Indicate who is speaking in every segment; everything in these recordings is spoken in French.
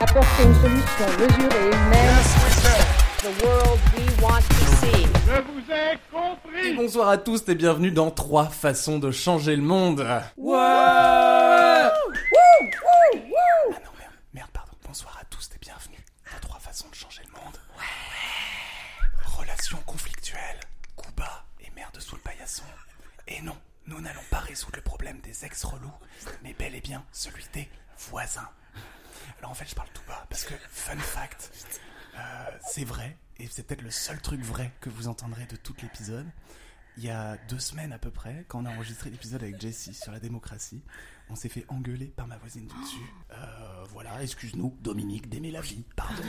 Speaker 1: d'apporter une solution mesurée,
Speaker 2: The world we want to see.
Speaker 3: Je vous ai compris
Speaker 4: Bonsoir à tous et bienvenue dans 3 façons de changer le monde. Ouais Ah non, merde, merde, pardon. Bonsoir à tous et bienvenue dans 3 façons de changer le monde. Ouais Relations conflictuelles, coups bas et merde sous le paillasson. Et non, nous n'allons pas résoudre le problème des ex-relous, mais bel et bien celui des voisins. Alors en fait, je parle tout bas parce que, fun fact, euh, c'est vrai, et c'est peut-être le seul truc vrai que vous entendrez de tout l'épisode. Il y a deux semaines à peu près, quand on a enregistré l'épisode avec Jessie sur la démocratie, on s'est fait engueuler par ma voisine du dessus. Euh, voilà, excuse-nous, Dominique, d'aimer la vie, pardon.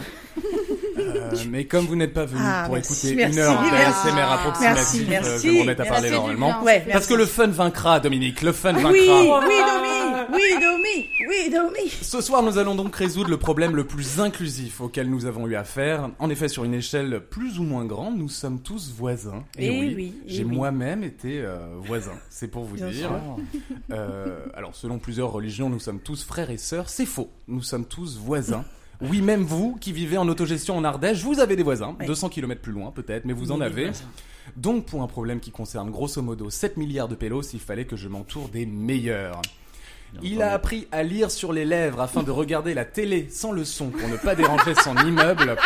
Speaker 4: Euh, mais comme vous n'êtes pas venu
Speaker 5: Ah,
Speaker 4: pour
Speaker 5: merci,
Speaker 4: écouter
Speaker 5: merci,
Speaker 4: une heure
Speaker 5: merci.
Speaker 4: d'ASMR
Speaker 5: Merci,
Speaker 4: approximative, euh, je
Speaker 5: merci.
Speaker 4: vais vous remettre à
Speaker 5: Ça
Speaker 4: parler
Speaker 6: fait du
Speaker 4: normalement.
Speaker 6: bien.
Speaker 5: Ouais,
Speaker 4: Parce que le fun vaincra, Dominique, le fun vaincra.
Speaker 5: Oui, Oh, oui, Domi, oui, Domi, oui, Domi.
Speaker 4: Ce soir, nous allons donc résoudre le problème le plus inclusif auquel nous avons eu affaire. En effet, sur une échelle plus ou moins grande, nous sommes tous voisins. Et,
Speaker 5: Eh
Speaker 4: oui,
Speaker 5: oui, eh
Speaker 4: j'ai
Speaker 5: oui.
Speaker 4: moi-même été euh, voisin, c'est pour vous
Speaker 5: Bien
Speaker 4: dire. Euh, alors, selon plusieurs religions, nous sommes tous frères et sœurs. C'est faux, nous sommes tous voisins. Oui, même vous qui vivez en autogestion en Ardèche, vous avez des voisins,
Speaker 5: Oui.
Speaker 4: 200 km plus loin peut-être, mais vous en
Speaker 5: Mais des
Speaker 4: avez.
Speaker 5: voisins.
Speaker 4: Donc, pour un problème qui concerne grosso modo 7 milliards de pélos, il fallait que je m'entoure des meilleurs. Il a appris à lire sur les lèvres afin de regarder la télé sans le son pour ne pas déranger son immeuble.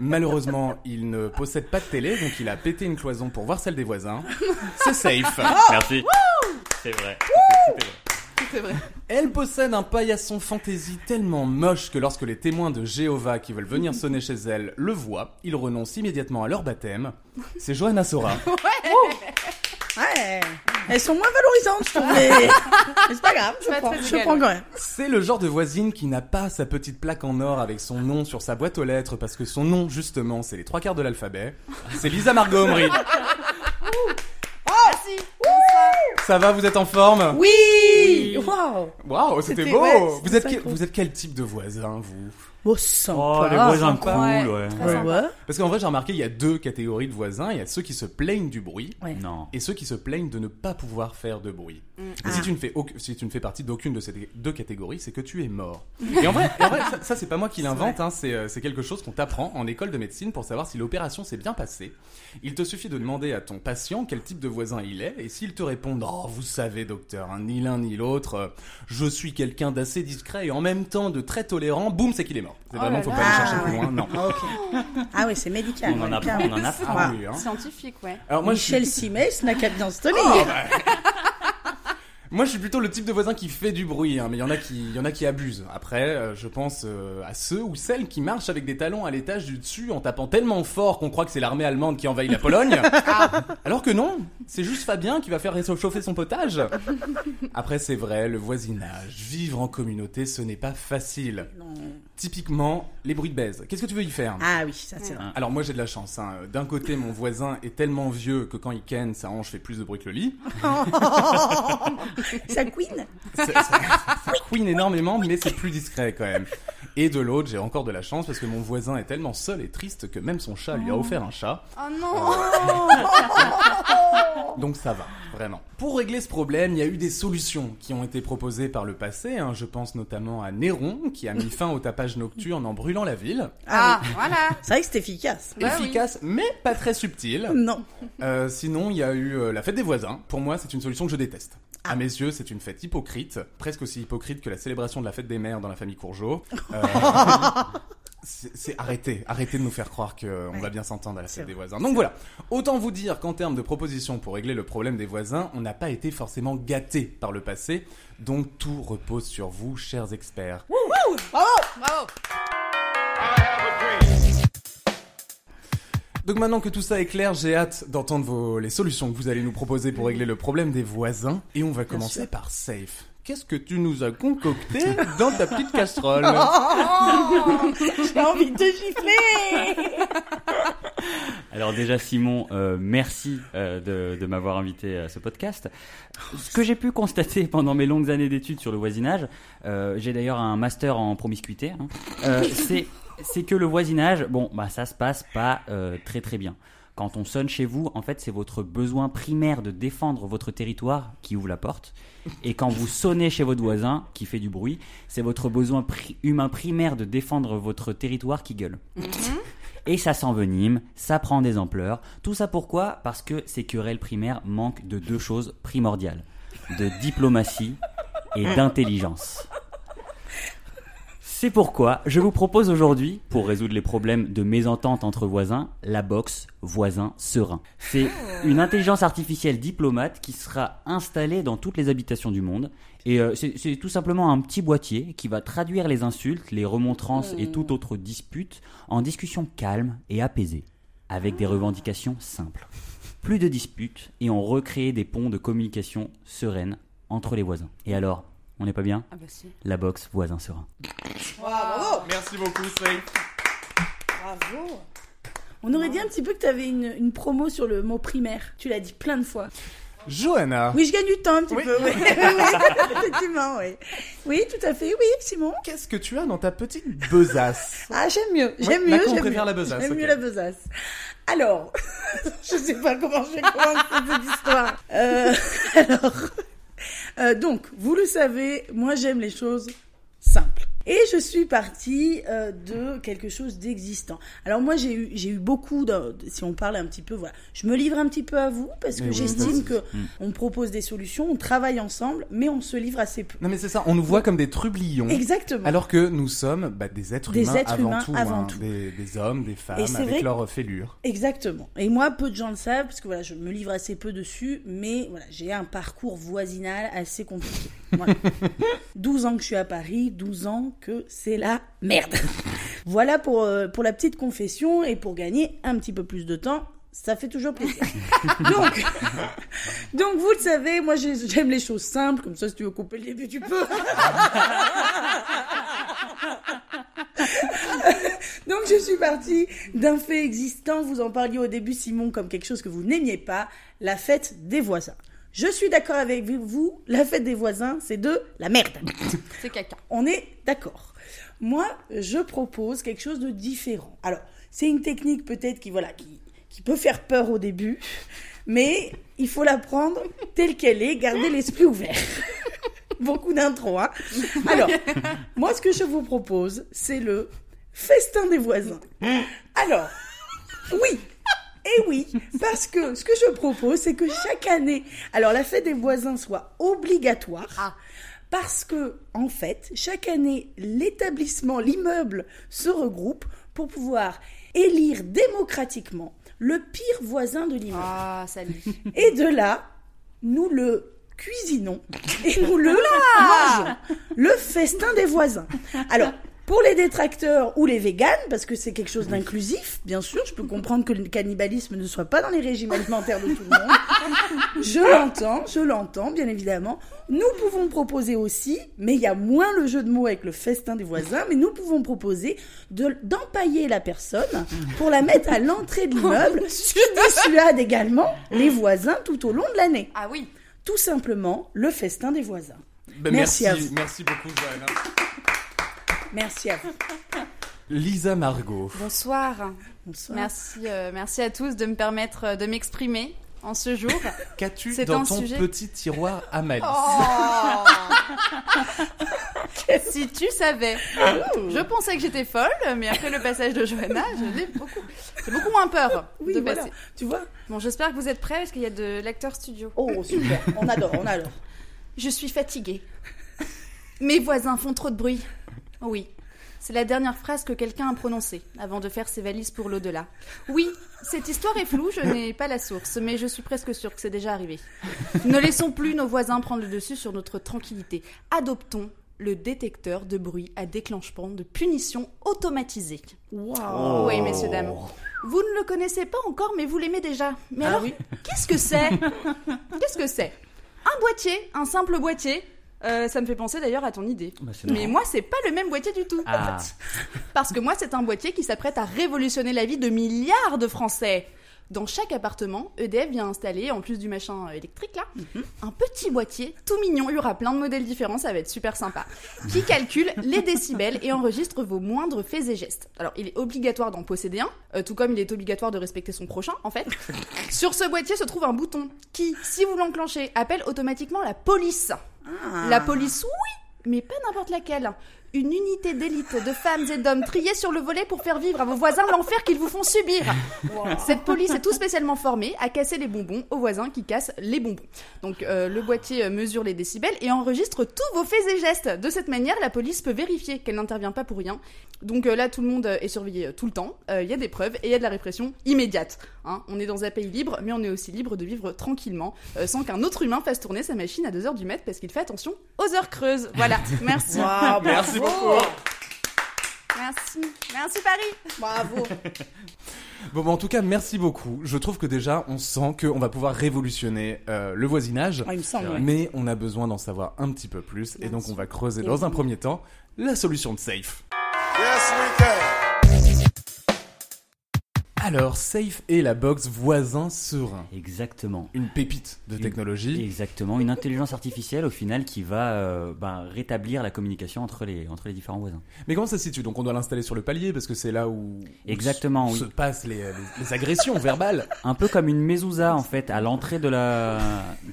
Speaker 4: Malheureusement, il ne possède pas de télé, donc il a pété une cloison pour voir celle des voisins. C'est safe.
Speaker 7: Merci. C'est vrai. C'était vrai.
Speaker 6: C'est vrai.
Speaker 4: Elle possède un paillasson fantaisie tellement moche que lorsque les témoins de Jéhovah qui veulent venir sonner chez elle le voient, ils renoncent immédiatement à leur baptême. C'est Johanna Sora.
Speaker 5: Ouais. Elles sont moins valorisantes, je trouve. Mais mais c'est pas grave, je
Speaker 6: Pas
Speaker 5: prends,
Speaker 6: très
Speaker 5: je
Speaker 6: égal,
Speaker 5: prends
Speaker 6: ouais.
Speaker 5: quand même.
Speaker 4: C'est le genre de voisine qui n'a pas sa petite plaque en or avec son nom sur sa boîte aux lettres parce que son nom, justement, c'est les trois quarts de l'alphabet. C'est Lisa Montgomery.
Speaker 6: Merci.
Speaker 4: Ça va, vous êtes en forme
Speaker 5: Oui. Waouh.
Speaker 4: Waouh, c'était
Speaker 5: C'était-
Speaker 4: beau
Speaker 5: ouais,
Speaker 4: vous, êtes
Speaker 5: c'était
Speaker 4: quel,
Speaker 5: sympa.
Speaker 4: vous êtes quel type de voisin, vous
Speaker 5: Oh, sympa.
Speaker 7: Oh, les voisins
Speaker 5: sympa.
Speaker 7: cool, ouais.
Speaker 6: Ouais.
Speaker 5: Ouais.
Speaker 4: Parce qu'en vrai, j'ai remarqué, il y a deux catégories de voisins. Il y a ceux qui se plaignent du bruit
Speaker 5: Ouais.
Speaker 7: Non.
Speaker 4: et ceux qui se plaignent de ne pas pouvoir faire de bruit. Et si, tu ne fais auc- si tu ne fais partie d'aucune de ces deux catégories, c'est que tu es mort. Et en vrai, en vrai, ça, ça, c'est pas moi qui l'invente, hein, c'est euh, c'est quelque chose qu'on t'apprend en école de médecine pour savoir si l'opération s'est bien passée. Il te suffit de demander à ton patient quel type de voisin il est, et s'il te répond « Oh, vous savez docteur, hein, ni l'un ni l'autre, euh, je suis quelqu'un d'assez discret et en même temps de très tolérant », boum, c'est qu'il est mort. C'est
Speaker 6: Oh
Speaker 4: vraiment,
Speaker 6: là
Speaker 4: faut
Speaker 6: là.
Speaker 4: pas aller chercher
Speaker 5: Ah
Speaker 4: plus
Speaker 5: ouais.
Speaker 4: loin, non.
Speaker 5: Ah, ok. Ah oui, c'est médical.
Speaker 7: On en
Speaker 5: ouais,
Speaker 7: apprend,
Speaker 5: clairement.
Speaker 7: on en apprend.
Speaker 5: Voilà.
Speaker 4: Ah oui, hein.
Speaker 6: Scientifique, ouais.
Speaker 4: Alors moi, je suis-
Speaker 5: Michel Simès n'a qu'à bien se tenir.
Speaker 4: Moi, je suis plutôt le type de voisin qui fait du bruit, hein, mais il y en a qui, il y en a qui abusent. Après, euh, je pense euh, à ceux ou celles qui marchent avec des talons à l'étage du dessus en tapant tellement fort qu'on croit que c'est l'armée allemande qui envahit la Pologne. Alors que non, c'est juste Fabien qui va faire réchauffer son potage. Après, c'est vrai, le voisinage, vivre en communauté, ce n'est pas facile. Typiquement, les bruits de baise. Qu'est-ce que tu veux y faire
Speaker 5: Ah oui, ça c'est vrai.
Speaker 4: alors moi j'ai de la chance. hein. D'un côté mon voisin est tellement vieux que quand il ken sa hanche fait plus de bruit que le lit.
Speaker 5: Ça queen
Speaker 4: ça, ça- ça couine énormément, mais c'est plus discret quand même. Et de l'autre, j'ai encore de la chance parce que mon voisin est tellement seul et triste que même son chat lui a offert un chat.
Speaker 6: Oh non.
Speaker 4: Donc ça va, vraiment. Pour régler ce problème, il y a eu des solutions qui ont été proposées par le passé. hein. Je pense notamment à Néron qui a mis fin au tapage nocturne en brûlant la ville.
Speaker 6: Ah, voilà.
Speaker 5: C'est vrai que c'est efficace.
Speaker 6: Bah oui.
Speaker 4: Efficace, mais pas très subtil.
Speaker 5: Non.
Speaker 4: Euh, sinon, il y a eu euh, la fête des voisins. Pour moi, c'est une solution que je déteste.
Speaker 5: Ah.
Speaker 4: À mes yeux, c'est une fête hypocrite, presque aussi hypocrite que la célébration de la fête des mères dans la famille Courgeot. Euh, c'est c'est- arrêtez, arrêtez de nous faire croire qu'on on va bien s'entendre à la
Speaker 5: C'est
Speaker 4: fête des
Speaker 5: vrai.
Speaker 4: voisins. Donc voilà, autant vous dire qu'en termes de propositions pour régler le problème des voisins, on n'a pas été forcément gâté par le passé. Donc tout repose sur vous, chers experts.
Speaker 6: Bravo.
Speaker 3: I have a dream
Speaker 4: Donc maintenant que tout ça est clair, j'ai hâte d'entendre vos- les solutions que vous allez nous proposer pour régler le problème des voisins. Et on va commencer
Speaker 5: sûr.
Speaker 4: par Safe. Qu'est-ce que tu nous as concocté dans ta petite casserole
Speaker 5: J'ai envie de te gifler
Speaker 7: Alors déjà Simon, euh, merci euh, de, de m'avoir invité à ce podcast. Ce que j'ai pu constater pendant mes longues années d'études sur le voisinage, euh, j'ai d'ailleurs un master en promiscuité, hein, euh, c'est c'est que le voisinage, bon, bah ça se passe pas euh, très très bien. Quand on sonne chez vous, en fait, c'est votre besoin primaire de défendre votre territoire qui ouvre la porte. Et quand vous sonnez chez votre voisin qui fait du bruit, c'est votre besoin pri- humain primaire de défendre votre territoire qui gueule. Et ça s'envenime, ça prend des ampleurs. Tout ça pourquoi Parce que ces querelles primaires manquent de deux choses primordiales de diplomatie et d'intelligence. C'est pourquoi je vous propose aujourd'hui, pour résoudre les problèmes de mésentente entre voisins, la boxe voisin serein. C'est une intelligence artificielle diplomate qui sera installée dans toutes les habitations du monde. Et euh, c'est c'est tout simplement un petit boîtier qui va traduire les insultes, les remontrances et toute autre dispute en discussion calme et apaisée, avec des revendications simples. Plus de disputes et on recrée des ponts de communication sereine entre les voisins. Et alors, on n'est pas bien
Speaker 6: Ah bah si.
Speaker 7: La boxe voisin serein.
Speaker 4: Merci beaucoup, Slay.
Speaker 5: Bravo. On aurait dit un petit peu que t'avais une, une promo sur le mot primaire. Tu l'as dit plein de fois.
Speaker 4: Johanna,
Speaker 5: Oui, je gagne du temps un petit
Speaker 4: Oui.
Speaker 5: peu. Oui, oui, oui, effectivement, oui. Oui, tout à fait. Oui, Simon.
Speaker 4: qu'est-ce que tu as dans ta petite besace
Speaker 5: Ah, j'aime mieux. J'aime
Speaker 4: Ouais,
Speaker 5: mieux.
Speaker 4: d'accord, on
Speaker 5: j'aime
Speaker 4: préfère
Speaker 5: mieux.
Speaker 4: la besace,
Speaker 5: J'aime
Speaker 4: ok.
Speaker 5: mieux la besace. Alors, je sais pas comment je vais commencer cette histoire. Euh, alors, euh, donc, vous le savez, moi j'aime les choses simples. Et je suis partie euh, de quelque chose d'existant. Alors moi j'ai eu j'ai eu beaucoup de, de- si on parle un petit peu voilà, je me livre un petit peu à vous parce que
Speaker 4: Mais oui,
Speaker 5: j'estime
Speaker 4: vas-y. Mm.
Speaker 5: que on propose des solutions, on travaille ensemble, mais on se livre assez peu.
Speaker 4: Non, mais c'est ça, on nous voit comme des trublions.
Speaker 5: Exactement.
Speaker 4: Alors que nous sommes bah, des êtres
Speaker 5: Des
Speaker 4: humains
Speaker 5: êtres
Speaker 4: avant,
Speaker 5: humains
Speaker 4: tout,
Speaker 5: avant
Speaker 4: hein,
Speaker 5: tout.
Speaker 4: Des, des hommes, des femmes,
Speaker 5: Et c'est vrai
Speaker 4: avec
Speaker 5: que-
Speaker 4: leur fêlure.
Speaker 5: Exactement. Et moi, peu de gens le savent, parce que voilà, je me livre assez peu dessus, mais voilà, j'ai un parcours voisinal assez compliqué. Voilà. 12 ans que je suis à Paris, 12 ans que c'est la merde. voilà pour, euh, pour la petite confession, et pour gagner un petit peu plus de temps, ça fait toujours plaisir. donc, donc, vous le savez, moi j'ai- j'aime les choses simples, comme ça si tu veux couper le début, tu peux. Donc je suis partie d'un fait existant, vous en parliez au début Simon comme quelque chose que vous n'aimiez pas, la fête des voisins. Je suis d'accord avec vous, la fête des voisins, c'est de la merde.
Speaker 6: C'est caca.
Speaker 5: On est d'accord. Moi, je propose quelque chose de différent. Alors, c'est une technique peut-être qui voilà qui, qui peut faire peur au début, mais il faut la prendre telle qu'elle est, garder l'esprit ouvert. Beaucoup d'intro, hein. Alors, moi, ce que je vous propose, c'est le festin des voisins. Alors, oui. Et oui, parce que ce que je propose, c'est que chaque année, alors la fête des voisins soit obligatoire, parce que, en fait, chaque année, l'établissement, l'immeuble se regroupe pour pouvoir élire démocratiquement le pire voisin de l'immeuble.
Speaker 6: Ah, salut.
Speaker 5: Et de là, nous le cuisinons et nous le mangeons. Le festin des voisins. Alors, pour les détracteurs ou les véganes, parce que c'est quelque chose d'inclusif, bien sûr, je peux comprendre que le cannibalisme ne soit pas dans les régimes alimentaires de tout le monde. Je l'entends, je l'entends, bien évidemment. Nous pouvons proposer aussi, mais il y a moins le jeu de mots avec le festin des voisins, mais nous pouvons proposer de- d'empailler la personne pour la mettre à l'entrée de l'immeuble, ce qui dissuade également les voisins tout au long de l'année.
Speaker 6: Ah oui.
Speaker 5: Tout simplement, le festin des voisins.
Speaker 4: Bah,
Speaker 5: Merci à vous.
Speaker 4: Merci beaucoup, Johanna.
Speaker 5: Merci à vous.
Speaker 4: Lisa Margot.
Speaker 6: Bonsoir.
Speaker 5: Bonsoir.
Speaker 6: Merci, euh, merci à tous de me permettre euh, de m'exprimer en ce jour.
Speaker 4: Qu'as-tu
Speaker 6: C'est
Speaker 4: dans
Speaker 6: un
Speaker 4: ton
Speaker 6: sujet.
Speaker 4: petit tiroir à malice
Speaker 6: Oh Si tu savais. Je pensais que j'étais folle, mais après le passage de Johanna, je l'ai beaucoup. J'ai beaucoup moins peur
Speaker 5: Oui,
Speaker 6: de
Speaker 5: voilà.
Speaker 6: passer.
Speaker 5: Tu vois
Speaker 6: Bon, j'espère que vous êtes prêts parce qu'il y a de l'acteur studio.
Speaker 5: Oh, super. On adore, on adore.
Speaker 6: Je suis fatiguée. Mes voisins font trop de bruit. Oui. C'est la dernière phrase que quelqu'un a prononcée avant de faire ses valises pour l'au-delà. Oui, cette histoire est floue, je n'ai pas la source, mais je suis presque sûre que c'est déjà arrivé. Ne laissons plus nos voisins prendre le dessus sur notre tranquillité. Adoptons le détecteur de bruit à déclenchement de punition automatisée.
Speaker 5: Waouh.
Speaker 6: Oui, messieurs, dames. Vous ne le connaissez pas encore, mais vous l'aimez déjà. Mais alors, qu'est-ce que c'est Qu'est-ce que c'est Un boîtier, un simple boîtier. Euh, ça me fait penser d'ailleurs à ton idée.
Speaker 7: Bah, c'est
Speaker 6: mais
Speaker 7: marrant.
Speaker 6: moi, c'est pas le même boîtier du tout.
Speaker 7: Ah.
Speaker 6: Parce que moi, c'est un boîtier qui s'apprête à révolutionner la vie de milliards de Français. Dans chaque appartement, EDF vient installer, en plus du machin euh, électrique là, un petit boîtier tout mignon. Il y aura plein de modèles différents, ça va être super sympa. Qui calcule les décibels et enregistre vos moindres faits et gestes. Alors, il est obligatoire d'en posséder un, euh, tout comme il est obligatoire de respecter son prochain, en fait. Sur ce boîtier se trouve un bouton qui, si vous l'enclenchez, appelle automatiquement la police. La police, oui, mais pas n'importe laquelle. Une unité d'élite de femmes et d'hommes triés sur le volet pour faire vivre à vos voisins l'enfer qu'ils vous font subir. Cette police est tout spécialement formée à casser les bonbons aux voisins qui cassent les bonbons. Donc euh, le boîtier euh, mesure les décibels et enregistre tous vos faits et gestes. De cette manière, la police peut vérifier qu'elle n'intervient pas pour rien. Donc euh, là, tout le monde euh, est surveillé euh, tout le temps. Euh, Il y a des preuves et il y a de la répression immédiate. hein. On est dans un pays libre, mais on est aussi libre de vivre tranquillement, euh, sans qu'un autre humain fasse tourner sa machine à 2h du mat parce qu'il fait attention aux heures creuses. Voilà, merci.
Speaker 5: Waouh,
Speaker 4: Merci beaucoup.
Speaker 6: Merci. Merci Paris.
Speaker 5: Bravo.
Speaker 4: Bon, bah, en tout cas, merci beaucoup. Je trouve que déjà, on sent qu'on va pouvoir révolutionner euh, le voisinage.
Speaker 5: Ah, il me semble. ouais.
Speaker 4: Mais on a besoin d'en savoir un petit peu plus. Et donc, on va creuser dans un premier temps la solution de Safe. Alors, Safe est la box voisin serein.
Speaker 7: Exactement.
Speaker 4: Une pépite de technologie.
Speaker 7: Exactement, une intelligence artificielle au final qui va euh, ben, rétablir la communication entre les, entre les différents voisins.
Speaker 4: Mais comment ça se situe Donc, on doit l'installer sur le palier parce que c'est là où, où
Speaker 7: Exactement,
Speaker 4: se,
Speaker 7: oui.
Speaker 4: se passent les, euh, les- les agressions verbales.
Speaker 7: Un peu comme une mezouza en fait à l'entrée de la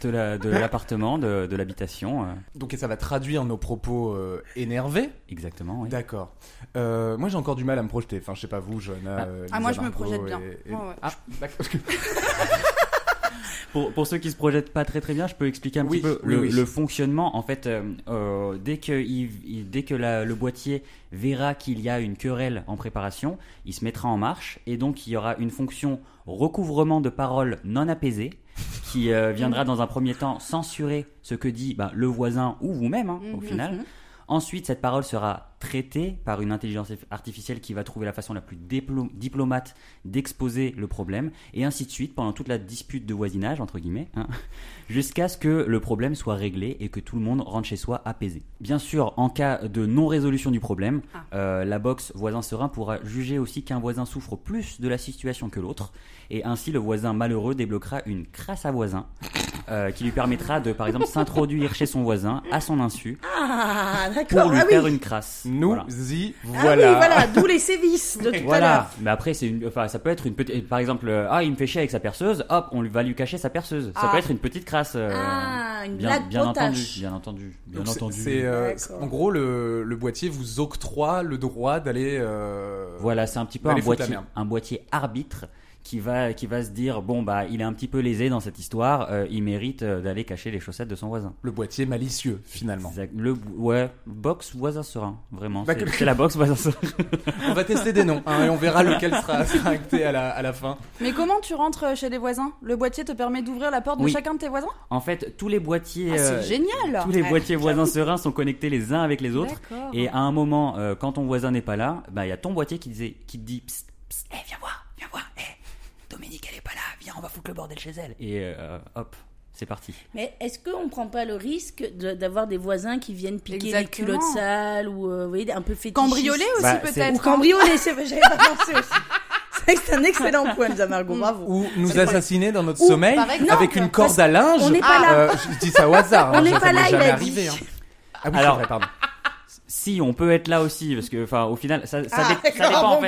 Speaker 7: de la- de l'appartement, de, de l'habitation. euh.
Speaker 4: Donc, et ça va traduire nos propos euh, énervés.
Speaker 7: Exactement, oui.
Speaker 4: D'accord. Euh, moi, j'ai encore du mal à me projeter. Enfin, je sais pas vous, Johanna.
Speaker 7: Ah.
Speaker 4: euh,
Speaker 6: Ah,
Speaker 4: Lisa
Speaker 6: moi, je me
Speaker 4: Margot
Speaker 6: projette bien.
Speaker 4: et- et-
Speaker 6: Ouais, ouais.
Speaker 4: Ah, d'accord.
Speaker 7: Pour, pour ceux qui se projettent pas très très bien, je peux expliquer un
Speaker 4: Oui,
Speaker 7: petit peu
Speaker 4: oui,
Speaker 7: le,
Speaker 4: oui.
Speaker 7: le fonctionnement. En fait, euh, euh, dès que, il- il- dès que la- le boîtier verra qu'il y a une querelle en préparation, il se mettra en marche et donc il y aura une fonction recouvrement de paroles non apaisées qui euh, viendra dans un premier temps censurer ce que dit bah, le voisin ou vous-même hein,
Speaker 4: Mhm,
Speaker 7: au final. Ensuite, cette parole sera traitée par une intelligence artificielle qui va trouver la façon la plus déplo- diplomate d'exposer le problème, et ainsi de suite pendant toute la dispute de voisinage, entre guillemets, hein, jusqu'à ce que le problème soit réglé et que tout le monde rentre chez soi apaisé. Bien sûr, en cas de non-résolution du problème, euh, la box voisin serein pourra juger aussi qu'un voisin souffre plus de la situation que l'autre, et ainsi le voisin malheureux débloquera une crasse à voisin. euh, qui lui permettra de, par exemple, s'introduire chez son voisin à son insu
Speaker 5: Ah,
Speaker 7: pour
Speaker 5: d'accord.
Speaker 7: lui
Speaker 5: Ah oui.
Speaker 7: faire une crasse.
Speaker 4: Nous
Speaker 7: Voilà.
Speaker 4: y
Speaker 5: Ah
Speaker 4: voilà.
Speaker 5: oui, voilà, d'où les sévices de tout à l'heure.
Speaker 7: Voilà. Mais après, c'est une, enfin, ça peut être une petite, par exemple, euh, ah, il me fait chier avec sa perceuse, hop, on lui va lui cacher sa perceuse. Ça
Speaker 5: Ah.
Speaker 7: peut être une petite crasse. euh,
Speaker 5: Ah, une
Speaker 7: bien,
Speaker 5: blague
Speaker 7: bien entendu,
Speaker 5: potache.
Speaker 7: bien entendu, bien
Speaker 4: Donc, c'est-
Speaker 7: entendu.
Speaker 4: c'est, euh,
Speaker 5: D'accord.
Speaker 4: c'est- en gros, le, le boîtier vous octroie le droit d'aller. euh,
Speaker 7: Voilà, c'est un petit peu un
Speaker 4: Allez foutre la
Speaker 7: boîtier,
Speaker 4: merde.
Speaker 7: un boîtier arbitre qui va, qui va se dire, bon bah, il est un petit peu lésé dans cette histoire, euh, il mérite euh, d'aller cacher les chaussettes de son voisin.
Speaker 4: Le boîtier malicieux, finalement.
Speaker 7: Exact. Le, ouais, box voisin serein, vraiment.
Speaker 4: Bah,
Speaker 7: c'est-
Speaker 4: que-
Speaker 7: C'est la box voisin serein.
Speaker 4: On va tester des noms hein, et on verra lequel sera, sera acté à la, à la fin.
Speaker 6: Mais comment tu rentres euh, chez les voisins Le boîtier te permet d'ouvrir la porte
Speaker 7: Oui.
Speaker 6: de chacun de tes voisins
Speaker 7: En fait, tous les boîtiers,
Speaker 6: Ah,
Speaker 7: euh,
Speaker 6: C'est génial.
Speaker 7: tous les boîtiers voisins sereins sont connectés les uns avec les autres.
Speaker 6: D'accord.
Speaker 7: Et à un moment, euh, quand ton voisin n'est pas là, bah, il y a ton boîtier qui, disait, qui te dit Psst, psst, eh, viens voir, viens voir, eh, Dominique, elle est pas là, viens, on va foutre le bordel chez elle. Et euh, hop, c'est parti.
Speaker 5: Mais est-ce qu'on prend pas le risque de- d'avoir des voisins qui viennent piquer
Speaker 6: Exactement.
Speaker 5: les culottes sales ou euh, vous voyez, un peu fétichistes
Speaker 6: Cambriolé aussi
Speaker 7: Bah, c'est-
Speaker 6: peut-être.
Speaker 5: Ou cambrioler, c'est vrai, j'avais pas pensé aussi. C'est vrai que c'est un excellent point, Lisa Margot, bravo.
Speaker 4: Ou nous assassiner dans notre sommeil
Speaker 6: par exemple,
Speaker 4: avec une corde à linge.
Speaker 5: on n'est pas là.
Speaker 4: Euh, je dis ça au hasard.
Speaker 5: On
Speaker 4: hein,
Speaker 5: n'est
Speaker 4: ça,
Speaker 5: pas
Speaker 4: ça
Speaker 5: là,
Speaker 4: m'est
Speaker 5: il
Speaker 4: jamais
Speaker 5: a
Speaker 4: arrivé,
Speaker 5: dit.
Speaker 4: hein. Ah oui,
Speaker 7: Alors-
Speaker 4: Alors... pardon.
Speaker 7: Si, on peut être là aussi, parce que enfin, au final, ça, ça,
Speaker 5: Ah,
Speaker 7: dé- ça
Speaker 5: d'accord,
Speaker 7: dépend en
Speaker 5: bon,
Speaker 7: fait.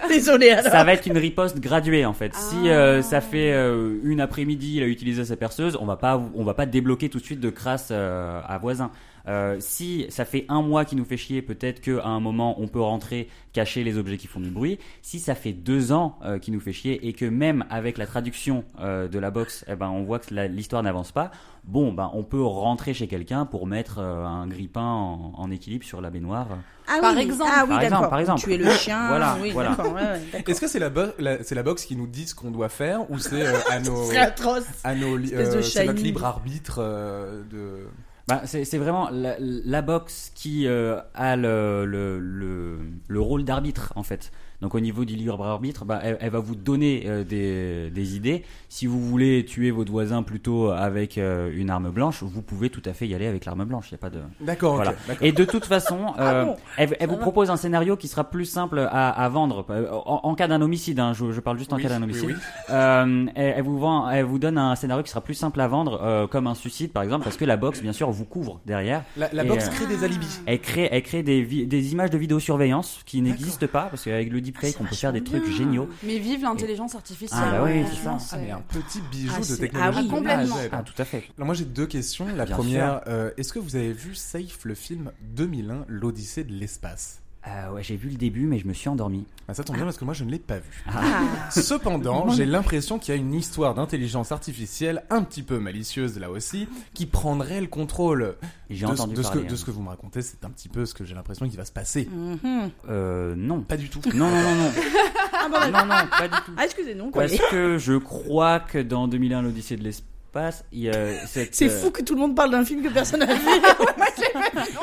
Speaker 5: bah, Désolé alors.
Speaker 7: Ça va être une riposte graduée en fait. Si euh, ça fait euh, une après-midi, il a utilisé sa perceuse, on va pas, on va pas débloquer tout de suite de crasse euh, à voisin. Euh, si ça fait un mois qu'il nous fait chier, peut-être qu'à un moment on peut rentrer cacher les objets qui font du bruit. Si ça fait deux ans euh, qu'il nous fait chier et que même avec la traduction euh, de la box, eh ben on voit que la- l'histoire n'avance pas. Bon, ben on peut rentrer chez quelqu'un pour mettre euh, un grippin en, en équilibre sur la baignoire.
Speaker 5: Ah
Speaker 6: Par
Speaker 5: oui,
Speaker 6: exemple.
Speaker 5: ah oui,
Speaker 7: Par exemple,
Speaker 5: d'accord.
Speaker 7: par exemple.
Speaker 5: Tuer le chien.
Speaker 7: Voilà,
Speaker 5: oui,
Speaker 7: voilà.
Speaker 5: d'accord, ouais, ouais, d'accord.
Speaker 4: Est-ce que c'est la, bo- la- c'est la box qui nous dit ce qu'on doit faire ou c'est euh, à nos.
Speaker 5: C'est atroce.
Speaker 4: à nos li-
Speaker 5: Espèce de
Speaker 4: euh, c'est notre
Speaker 5: Shining.
Speaker 4: libre arbitre euh, de
Speaker 7: Bah, c'est c'est vraiment la, la box qui euh, a le, le, le, le rôle d'arbitre en fait. Donc au niveau du libre arbitre, bah, elle, elle va vous donner euh, des, des idées. Si vous voulez tuer votre voisin plutôt avec euh, une arme blanche, vous pouvez tout à fait y aller avec l'arme blanche. Il n'y a pas de
Speaker 4: D'accord, ok.
Speaker 7: voilà.
Speaker 4: D'accord.
Speaker 7: Et de toute façon,
Speaker 4: Ah
Speaker 7: euh,
Speaker 5: bon
Speaker 7: elle, elle vous propose un scénario qui sera plus simple à, à vendre. Euh, En, en cas d'un homicide, hein, je, je parle juste en
Speaker 4: Oui,
Speaker 7: cas d'un
Speaker 4: oui,
Speaker 7: homicide.
Speaker 4: oui.
Speaker 7: Euh, elle, elle vous vend, elle vous donne un scénario qui sera plus simple à vendre, euh, comme un suicide par exemple, parce que la box, bien sûr, vous couvre derrière.
Speaker 4: La, la
Speaker 7: Et,
Speaker 4: box
Speaker 7: euh,
Speaker 4: crée des alibis.
Speaker 7: Elle crée, elle crée des, vi- des images de vidéosurveillance qui n'existent pas, parce qu'avec le deepfake,
Speaker 4: Ah,
Speaker 7: on peut faire des trucs géniaux.
Speaker 6: Mais vive l'intelligence artificielle.
Speaker 7: Ah, bah oui,
Speaker 6: ouais,
Speaker 7: c'est ça.
Speaker 6: non,
Speaker 4: Ah, mais un petit bijou
Speaker 5: Ah,
Speaker 4: de
Speaker 5: c'est-
Speaker 4: technologie.
Speaker 5: ah
Speaker 4: de A
Speaker 5: oui,
Speaker 4: Eh ben, à
Speaker 6: complètement.
Speaker 4: Z.
Speaker 7: Ah, tout à fait.
Speaker 4: Alors moi j'ai deux questions. La
Speaker 7: Bien
Speaker 4: première, euh, est-ce que vous avez vu Safe le film 2001, l'Odyssée de l'espace
Speaker 7: Euh, ouais, j'ai vu le début, mais je me suis endormi.
Speaker 4: Ah, Ça tombe bien parce que moi je ne l'ai pas vu.
Speaker 7: Ah.
Speaker 5: Ah.
Speaker 4: Cependant, j'ai l'impression qu'il y a une histoire d'intelligence artificielle un petit peu malicieuse là aussi qui prendrait le contrôle.
Speaker 7: J'ai
Speaker 4: De,
Speaker 7: entendu
Speaker 4: de ce que,
Speaker 7: parler. hein.
Speaker 4: de ce que vous me racontez, c'est un petit peu ce que j'ai l'impression qu'il va se passer.
Speaker 5: Mm.
Speaker 7: Euh, non.
Speaker 4: Pas du tout.
Speaker 7: Non, non, non, non. non, non, pas du tout.
Speaker 5: Ah, excusez-nous. quoi.
Speaker 7: Parce que je crois que dans 2001, l'Odyssée de l'espace, il y a cette.
Speaker 5: C'est
Speaker 7: euh,
Speaker 5: fou que tout le monde parle d'un film que personne n'a vu.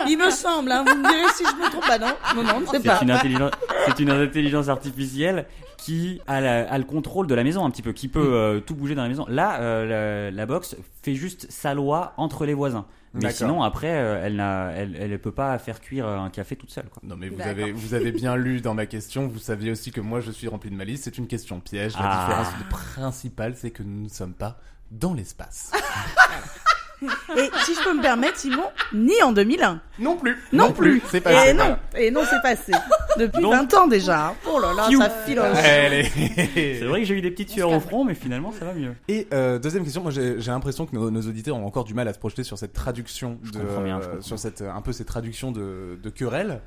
Speaker 5: Il me semble, hein, vous me direz si je me trompe. Bah non, non, non, c'est pas.
Speaker 7: C'est une, intelligence, c'est une intelligence artificielle qui a, la- a le contrôle de la maison un petit peu, qui
Speaker 5: Mm.
Speaker 7: peut euh, tout bouger dans la maison. Là, euh, la, la box fait juste sa loi entre les voisins. Mais
Speaker 4: D'accord.
Speaker 7: sinon, après, euh, elle, n'a, elle, elle peut pas faire cuire euh, un café toute seule. Quoi.
Speaker 4: Non mais vous
Speaker 6: D'accord.
Speaker 4: avez, vous avez bien lu dans ma question, vous saviez aussi que moi je suis rempli de malice, c'est une question piège. La
Speaker 7: Ah.
Speaker 4: différence principale c'est que nous ne sommes pas dans l'espace.
Speaker 5: Et si je peux me permettre, Simon, ni en 2001.
Speaker 4: non plus
Speaker 5: Non, plus.
Speaker 4: C'est pas
Speaker 5: Et
Speaker 4: c'est
Speaker 5: non,
Speaker 4: pas-
Speaker 5: et non, c'est passé. Depuis
Speaker 7: Donc-
Speaker 5: 20 ans déjà. hein. Oh là là,
Speaker 7: Piou.
Speaker 5: ça filoche.
Speaker 4: Allez.
Speaker 7: C'est vrai que j'ai eu des petites sueurs au front, mais finalement, ça va mieux.
Speaker 4: Et euh, deuxième question, moi j'ai j'ai l'impression que nos, nos auditeurs ont encore du mal à se projeter sur cette traduction, de,
Speaker 7: comprends bien, je comprends.
Speaker 4: sur cette un peu ces traductions de, de querelles.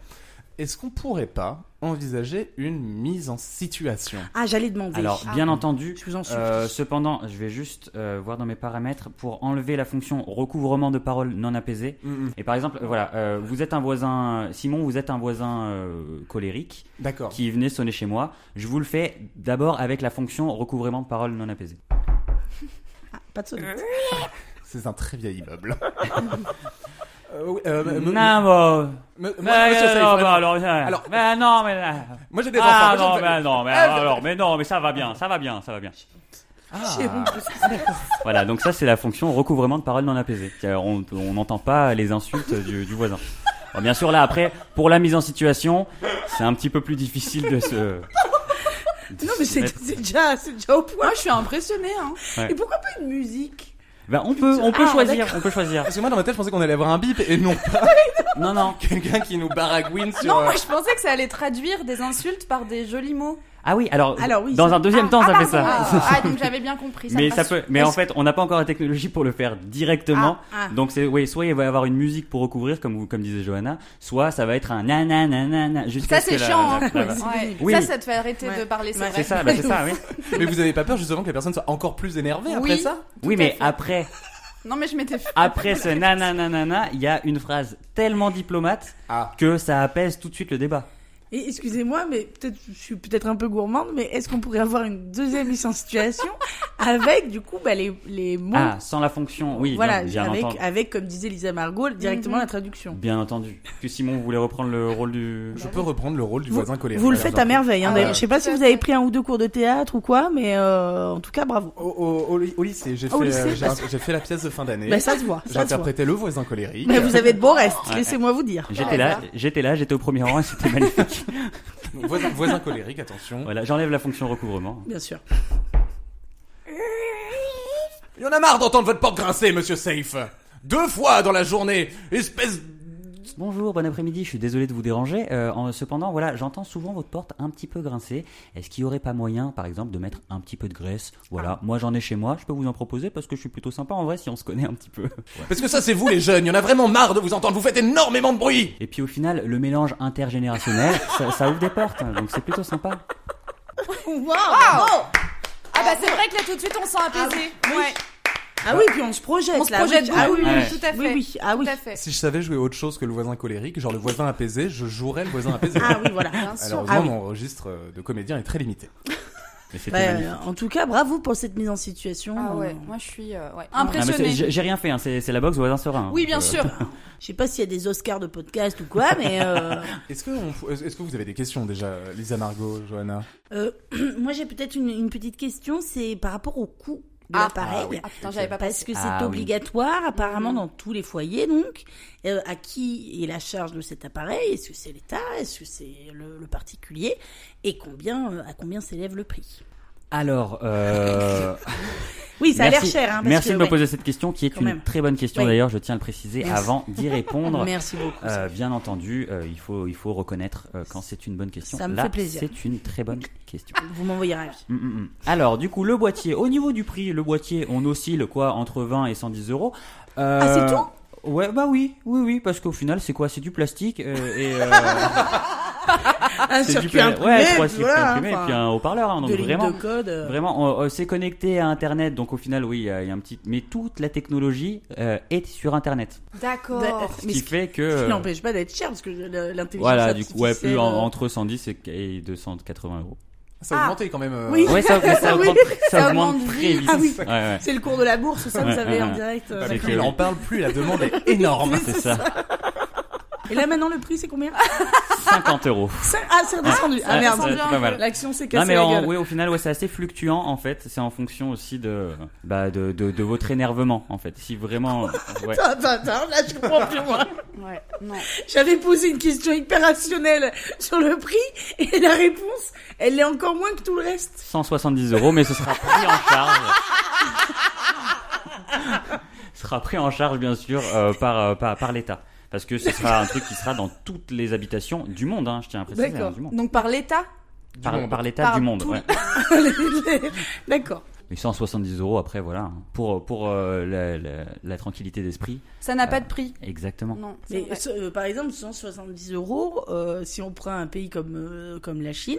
Speaker 4: Est-ce qu'on pourrait pas envisager une mise en situation
Speaker 5: Ah, j'allais demander.
Speaker 7: Alors, bien entendu,
Speaker 5: Je vous en supplie.
Speaker 7: euh, cependant, je vais juste euh, voir dans mes paramètres pour enlever la fonction recouvrement de paroles non apaisées. Et par exemple, voilà, euh, vous êtes un voisin, Simon, vous êtes un voisin euh, colérique
Speaker 4: D'accord.
Speaker 7: qui venait sonner chez moi. Je vous le fais d'abord avec la fonction recouvrement de paroles non apaisées. euh,
Speaker 5: Pas de sonnette.
Speaker 4: C'est un très vieil immeuble. Euh, oui, euh, me- me-
Speaker 7: Non, bon.
Speaker 4: me-
Speaker 7: Mais
Speaker 4: moi, monsieur
Speaker 7: euh,
Speaker 4: Saïf,
Speaker 7: non,
Speaker 4: vraiment.
Speaker 7: bah, alors, euh,
Speaker 4: Alors-
Speaker 7: mais non, mais là.
Speaker 4: Moi j'ai des
Speaker 7: Ah
Speaker 4: enfants. moi, j'ai
Speaker 7: non,
Speaker 4: une
Speaker 7: mais
Speaker 4: famille.
Speaker 7: non, mais
Speaker 4: Ah,
Speaker 7: alors, mais non, mais ça va bien, ça va bien, ça va bien. ah.
Speaker 5: C'est bon, parce que-
Speaker 7: Voilà, donc ça c'est la fonction recouvrement de paroles non apaisées. C'est-à-dire, On on n'entend pas les insultes du, du voisin. Alors, bien sûr, là après, pour la mise en situation, c'est un petit peu plus difficile de se. de
Speaker 5: Non, mais
Speaker 7: s'y
Speaker 5: c'est
Speaker 7: mettre.
Speaker 5: c'est déjà, c'est déjà au point.
Speaker 6: Moi, je suis impressionnée. Hein.
Speaker 7: Ouais.
Speaker 5: Et pourquoi pas une musique
Speaker 7: Ben, on peut, on peut
Speaker 5: Ah,
Speaker 7: choisir, on peut choisir.
Speaker 4: Parce que moi dans ma tête je pensais qu'on allait avoir un bip et non pas
Speaker 7: Non, non.
Speaker 4: quelqu'un qui nous baragouine sur.
Speaker 6: Non,
Speaker 4: euh,
Speaker 6: moi, je pensais que ça allait traduire des insultes par des jolis mots.
Speaker 7: Ah oui, alors,
Speaker 5: Alors, oui,
Speaker 7: dans
Speaker 5: ça-
Speaker 7: un deuxième temps, ça fait ça.
Speaker 6: Ah, ah, donc j'avais bien compris.
Speaker 7: Mais
Speaker 6: me
Speaker 7: ça
Speaker 6: rassure.
Speaker 7: peut, mais en fait, on n'a pas encore la technologie pour le faire directement.
Speaker 5: Ah, ah.
Speaker 7: Donc c'est, oui, soit il va y avoir une musique pour recouvrir, comme vous- comme disait Johanna, soit ça va être un nananana jusqu'à
Speaker 6: Ça,
Speaker 7: ce que
Speaker 6: c'est
Speaker 7: la-
Speaker 6: chiant.
Speaker 7: la-
Speaker 6: hein.
Speaker 7: la-
Speaker 6: Ouais.
Speaker 7: Oui.
Speaker 6: Ça, ça te fait arrêter
Speaker 5: Ouais.
Speaker 6: de parler. C'est
Speaker 5: Ouais.
Speaker 6: vrai.
Speaker 7: C'est ça, bah, c'est ça, oui.
Speaker 4: Mais vous avez pas peur justement que la personne soit encore plus énervée après
Speaker 6: Oui.
Speaker 4: ça
Speaker 7: Oui, mais après,
Speaker 6: Non, mais je m'étais. fait-
Speaker 7: après ce nananana, il y a une phrase tellement diplomate
Speaker 4: Ah.
Speaker 7: que ça apaise tout de suite le débat.
Speaker 5: Et excusez-moi, mais peut-être, je suis peut-être un peu gourmande, mais est-ce qu'on pourrait avoir une deuxième mise en situation avec, du coup, bah, les, les mots
Speaker 7: Ah, sans la fonction, oui,
Speaker 5: Voilà,
Speaker 7: bien, bien
Speaker 5: avec,
Speaker 7: entendu.
Speaker 5: avec, comme disait Lisa Margot, directement la traduction.
Speaker 7: Bien entendu. Que Simon voulait reprendre le rôle du.
Speaker 4: Je peux reprendre le rôle du
Speaker 5: Vous,
Speaker 4: voisin colérique.
Speaker 5: vous le faites à merveille. Hein,
Speaker 6: Ah
Speaker 5: d'ailleurs.
Speaker 4: bah,
Speaker 6: ouais.
Speaker 5: Je sais pas si vous avez pris un ou deux cours de théâtre ou quoi, mais euh, en tout cas, bravo.
Speaker 4: Au, au- au ly- au lycée, j'ai fait,
Speaker 5: Au
Speaker 4: euh,
Speaker 5: lycée,
Speaker 4: j'ai-
Speaker 5: parce que-
Speaker 4: j'ai fait la pièce de fin d'année.
Speaker 5: Bah, ça se voit.
Speaker 4: J'ai
Speaker 5: Ça se voit.
Speaker 4: interprété le voisin colérique.
Speaker 5: Mais vous avez de beaux restes,
Speaker 7: Ouais.
Speaker 5: laissez-moi vous dire.
Speaker 7: J'étais là, j'étais là, j'étais au premier rang et c'était magnifique.
Speaker 4: Donc, voisin, voisin colérique, attention.
Speaker 7: Voilà, j'enlève la fonction recouvrement.
Speaker 5: Bien sûr.
Speaker 4: Il y en a marre d'entendre votre porte grincer, monsieur Safe. Deux fois dans la journée, espèce.
Speaker 7: Bonjour, bon après-midi, je suis désolé de vous déranger. Euh, en- cependant, voilà, j'entends souvent votre porte un petit peu grincer. Est-ce qu'il n'y aurait pas moyen, par exemple, de mettre un petit peu de graisse Voilà, moi j'en ai chez moi, je peux vous en proposer parce que je suis plutôt sympa en vrai si on se connaît un petit peu.
Speaker 4: Parce que ça, c'est vous les jeunes. Il y en a vraiment marre de vous entendre. Vous faites énormément de bruit.
Speaker 7: Et puis au final, le mélange intergénérationnel, ça, ça ouvre des portes, hein, donc c'est plutôt sympa.
Speaker 6: Oh Ah bah c'est vrai que là tout de suite on s'est apaisé. Ouais.
Speaker 5: Ah oui, puis on se projette.
Speaker 6: On se
Speaker 5: là,
Speaker 6: projette
Speaker 5: oui.
Speaker 6: beaucoup.
Speaker 5: Ah oui, oui,
Speaker 7: Ouais.
Speaker 5: oui.
Speaker 6: Tout à fait.
Speaker 5: Oui, oui. Ah oui.
Speaker 6: Tout à fait.
Speaker 4: Si je savais jouer autre chose que le voisin colérique, genre le voisin apaisé, je jouerais le voisin apaisé.
Speaker 5: Ah oui, voilà.
Speaker 4: Alors,
Speaker 5: Ah
Speaker 4: heureusement,
Speaker 5: oui.
Speaker 4: mon registre euh, de comédien est très limité.
Speaker 7: Mais
Speaker 5: Bah,
Speaker 7: c'était magnifique.
Speaker 5: euh, en tout cas, bravo pour cette mise en situation.
Speaker 6: Ah ouais.
Speaker 5: Euh,
Speaker 6: Moi je suis euh, ouais.
Speaker 7: Ah, mais c'est-
Speaker 6: impressionnée.
Speaker 7: j'ai j'ai rien fait, hein, c'est c'est la box voisin serein. hein.
Speaker 6: Oui bien
Speaker 7: Euh,
Speaker 6: sûr.
Speaker 5: Je sais pas s'il y a des Oscars de podcast ou quoi, mais euh,
Speaker 4: Est-ce que, on pou- est-ce que vous avez des questions déjà, Lisa Margot, Johanna
Speaker 5: euh, moi j'ai peut-être une, une petite question, c'est par rapport au coût de
Speaker 6: Ah.
Speaker 5: l'appareil.
Speaker 6: Ah oui. Ah, putain, j'avais pas Mhm.
Speaker 5: parce que c'est
Speaker 7: Ah oui.
Speaker 5: obligatoire apparemment dans tous les foyers donc. Euh, à qui est la charge de cet appareil Est-ce que c'est l'État Est-ce que c'est le, le particulier Et combien euh, à combien s'élève le prix
Speaker 7: Alors, euh,
Speaker 5: Oui, ça a l'air
Speaker 7: merci,
Speaker 5: cher. Hein, parce
Speaker 7: merci
Speaker 5: que,
Speaker 7: de me
Speaker 5: ouais.
Speaker 7: poser cette question, qui est
Speaker 5: Quand
Speaker 7: une
Speaker 5: même.
Speaker 7: très bonne question
Speaker 5: Oui.
Speaker 7: d'ailleurs. Je tiens à le préciser
Speaker 5: Merci.
Speaker 7: avant d'y répondre.
Speaker 5: Merci beaucoup.
Speaker 7: Euh, bien entendu, euh, il faut il faut reconnaître euh, quand c'est une bonne question.
Speaker 5: Ça me
Speaker 7: Là,
Speaker 5: fait plaisir.
Speaker 7: c'est une très bonne question.
Speaker 5: Vous m'envoyez un avis.
Speaker 7: Mm, mm, mm. Alors, du coup, le boîtier, au niveau du prix, le boîtier, on oscille quoi entre 20 et 110 euros. Euh,
Speaker 5: Ah, c'est tout
Speaker 7: Ouais, bah oui, oui, oui, parce qu'au final, c'est quoi C'est du plastique euh, et euh,
Speaker 5: Un
Speaker 7: c'est du
Speaker 5: circuit
Speaker 7: pla-
Speaker 5: imprimé,
Speaker 7: ouais,
Speaker 5: puis
Speaker 7: trois circuits
Speaker 5: voilà,
Speaker 7: imprimés, et
Speaker 5: enfin,
Speaker 7: puis un haut-parleur. hein, donc
Speaker 5: de lignes
Speaker 7: vraiment,
Speaker 5: de code. euh,
Speaker 7: Vraiment, on- on s'est connecté à Internet, donc au final, oui, il y, a il y a un petit. Mais toute la technologie euh, est sur Internet,
Speaker 6: D'accord.
Speaker 7: ce
Speaker 5: bah, Mais
Speaker 7: qui
Speaker 5: ce
Speaker 7: fait que.
Speaker 5: qui
Speaker 7: euh,
Speaker 5: n'empêche pas d'être cher parce que le- l'intelligence
Speaker 7: voilà, du coup, ouais,
Speaker 5: artificielle,
Speaker 7: plus en-
Speaker 5: euh,
Speaker 7: entre 110 et- et 280 euros.
Speaker 4: Ça a augmenté quand même. euh,
Speaker 5: Oui.
Speaker 7: Ouais, ça, mais ça
Speaker 5: Oui,
Speaker 7: augmente, Ah ça
Speaker 6: ça
Speaker 7: augmente
Speaker 6: augmente
Speaker 7: très vite.
Speaker 5: Ah oui.
Speaker 7: Ouais, ouais.
Speaker 5: C'est le cours de la bourse, ça, vous
Speaker 7: Ouais,
Speaker 5: savez,
Speaker 7: ouais,
Speaker 5: en
Speaker 7: ouais.
Speaker 5: direct. euh,
Speaker 4: bah,
Speaker 7: c'est
Speaker 4: plus
Speaker 7: que-
Speaker 4: on en parle, plus la demande est énorme.
Speaker 7: C'est ça,
Speaker 5: Et là, maintenant, le prix, c'est combien
Speaker 7: 50 euros.
Speaker 5: Ça- Ah, c'est redescendu. Ah,
Speaker 7: Ouais,
Speaker 5: merde.
Speaker 7: c'est pas mal.
Speaker 5: L'action s'est
Speaker 7: Non
Speaker 5: cassée
Speaker 7: mais
Speaker 5: la
Speaker 7: en-
Speaker 5: gueule.
Speaker 7: oui, au final ouais, c'est assez fluctuant en fait, c'est en fonction aussi de, bah, de, de, de votre énervement en fait. Si vraiment ouais.
Speaker 5: Attends, attends, attends, là, je comprends plus, moi.
Speaker 6: Ouais, non.
Speaker 5: J'avais posé une question hyper rationnelle sur le prix, et la réponse, elle est encore moins que tout le reste.
Speaker 7: 170 euros mais ce sera pris en charge. Ce sera pris en charge bien sûr euh, par, euh, par, par l'État. Parce que ce sera un truc qui sera dans toutes les habitations du monde, hein, je tiens à préciser.
Speaker 5: D'accord.
Speaker 7: hein, du monde.
Speaker 6: Donc par l'État
Speaker 7: Par,
Speaker 4: monde.
Speaker 7: par l'État
Speaker 6: Par
Speaker 7: du monde.
Speaker 6: tout-
Speaker 7: Ouais.
Speaker 5: D'accord.
Speaker 7: Mais 170 euros après, voilà, hein, pour, pour euh, la, la- la tranquillité d'esprit.
Speaker 6: Ça n'a
Speaker 7: Euh,
Speaker 6: pas de prix.
Speaker 7: Exactement.
Speaker 6: Non. c'est
Speaker 5: Mais
Speaker 6: vrai.
Speaker 5: ce- euh, par exemple, 170 euros, euh, si on prend un pays comme, euh, comme la Chine,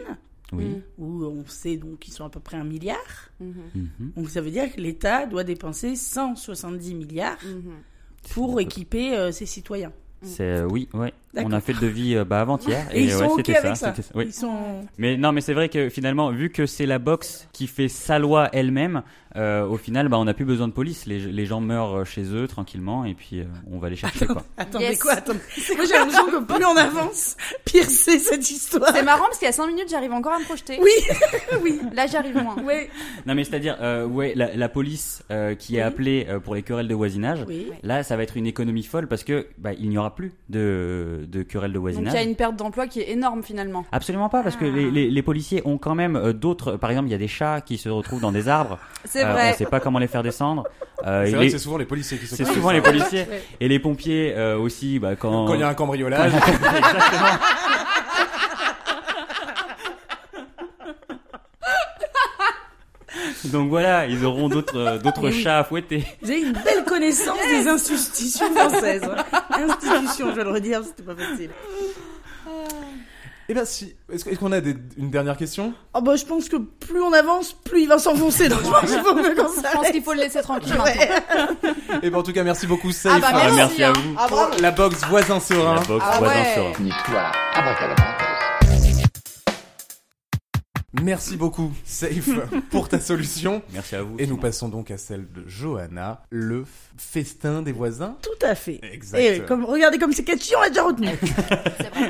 Speaker 7: Oui.
Speaker 5: où on sait donc qu'ils sont à peu près un milliard,
Speaker 6: Mhm,
Speaker 7: Mhm.
Speaker 5: donc ça veut dire que l'État doit dépenser 170 milliards
Speaker 6: mhm.
Speaker 5: pour équiper euh, ses citoyens.
Speaker 7: C'est euh, oui, ouais.
Speaker 5: D'accord.
Speaker 7: On a fait le devis euh, bah, avant-hier
Speaker 5: Et, ils sont
Speaker 7: ouais,
Speaker 5: OK
Speaker 7: c'était
Speaker 5: avec ça.
Speaker 7: c'était oui.
Speaker 5: Ils sont...
Speaker 7: Mais non, mais c'est vrai que finalement, vu que c'est la boxe qui fait sa loi elle-même, euh, au final, bah, on n'a plus besoin de police. Les, les gens meurent chez eux tranquillement et puis euh, on va les chercher quoi.
Speaker 5: Attendez
Speaker 6: Yes.
Speaker 5: quoi attendez. Moi j'ai l'impression que plus on avance, pire c'est cette histoire.
Speaker 6: C'est marrant parce qu'il y a 5 minutes, j'arrive encore à me projeter.
Speaker 5: Oui.
Speaker 6: oui. Là, j'arrive moins.
Speaker 5: Ouais.
Speaker 7: Non, mais c'est-à-dire, euh, ouais, la, la police euh, qui est appelée euh, pour les querelles de voisinage.
Speaker 5: Oui.
Speaker 7: Là, ça va être une économie folle parce que bah, il n'y aura plus de, de querelles de
Speaker 6: Donc
Speaker 7: voisinage.
Speaker 6: il y a une Ah. perte d'emploi qui est énorme finalement.
Speaker 7: Absolument pas, parce que les, les- les policiers ont quand même euh, d'autres. Par exemple, il y a des chats qui se retrouvent dans des arbres.
Speaker 6: C'est
Speaker 7: Euh, On
Speaker 6: vrai.
Speaker 7: sait pas comment les faire descendre. Euh,
Speaker 4: C'est
Speaker 7: et
Speaker 4: vrai
Speaker 7: les-
Speaker 4: que c'est souvent les policiers qui se
Speaker 7: c'est
Speaker 4: plaignent.
Speaker 7: souvent les policiers
Speaker 5: Ouais.
Speaker 7: et les pompiers euh, aussi. Bah, quand,
Speaker 4: Quand il y a un cambriolage,
Speaker 7: donc voilà, ils auront d'autres euh,
Speaker 5: Eh
Speaker 7: d'autres chats à fouetter.
Speaker 5: Vous avez une belle connaissance des institutions françaises. Institutions, je vais le redire, c'était pas facile.
Speaker 4: eh ben si. Est-ce que- est-ce qu'on a des- une dernière question
Speaker 5: Oh bah je pense que plus on avance, plus il va s'enfoncer. Donc je pense qu'il faut mieux qu'on
Speaker 6: Je pense
Speaker 5: s'arrête.
Speaker 6: qu'il faut le laisser tranquille. maintenant.
Speaker 5: Ouais.
Speaker 4: Eh ben en tout cas, merci beaucoup, Safe.
Speaker 6: bah,
Speaker 7: Ah,
Speaker 6: merci,
Speaker 7: à
Speaker 6: hein.
Speaker 7: vous.
Speaker 6: Ah, bravo.
Speaker 4: La boxe voisin serein.
Speaker 7: La boxe
Speaker 6: Ah
Speaker 7: voisin
Speaker 6: ouais.
Speaker 7: serein.
Speaker 8: Nique-toi, abracadabrantes.
Speaker 4: Merci beaucoup, Safe, pour ta solution.
Speaker 7: Merci à vous.
Speaker 4: Et nous
Speaker 7: sinon.
Speaker 4: passons donc à celle de Johanna, le f- festin des voisins.
Speaker 5: Tout à fait.
Speaker 4: Exact.
Speaker 5: Et euh, comme, regardez comme c'est catchy, on l'a déjà retenu.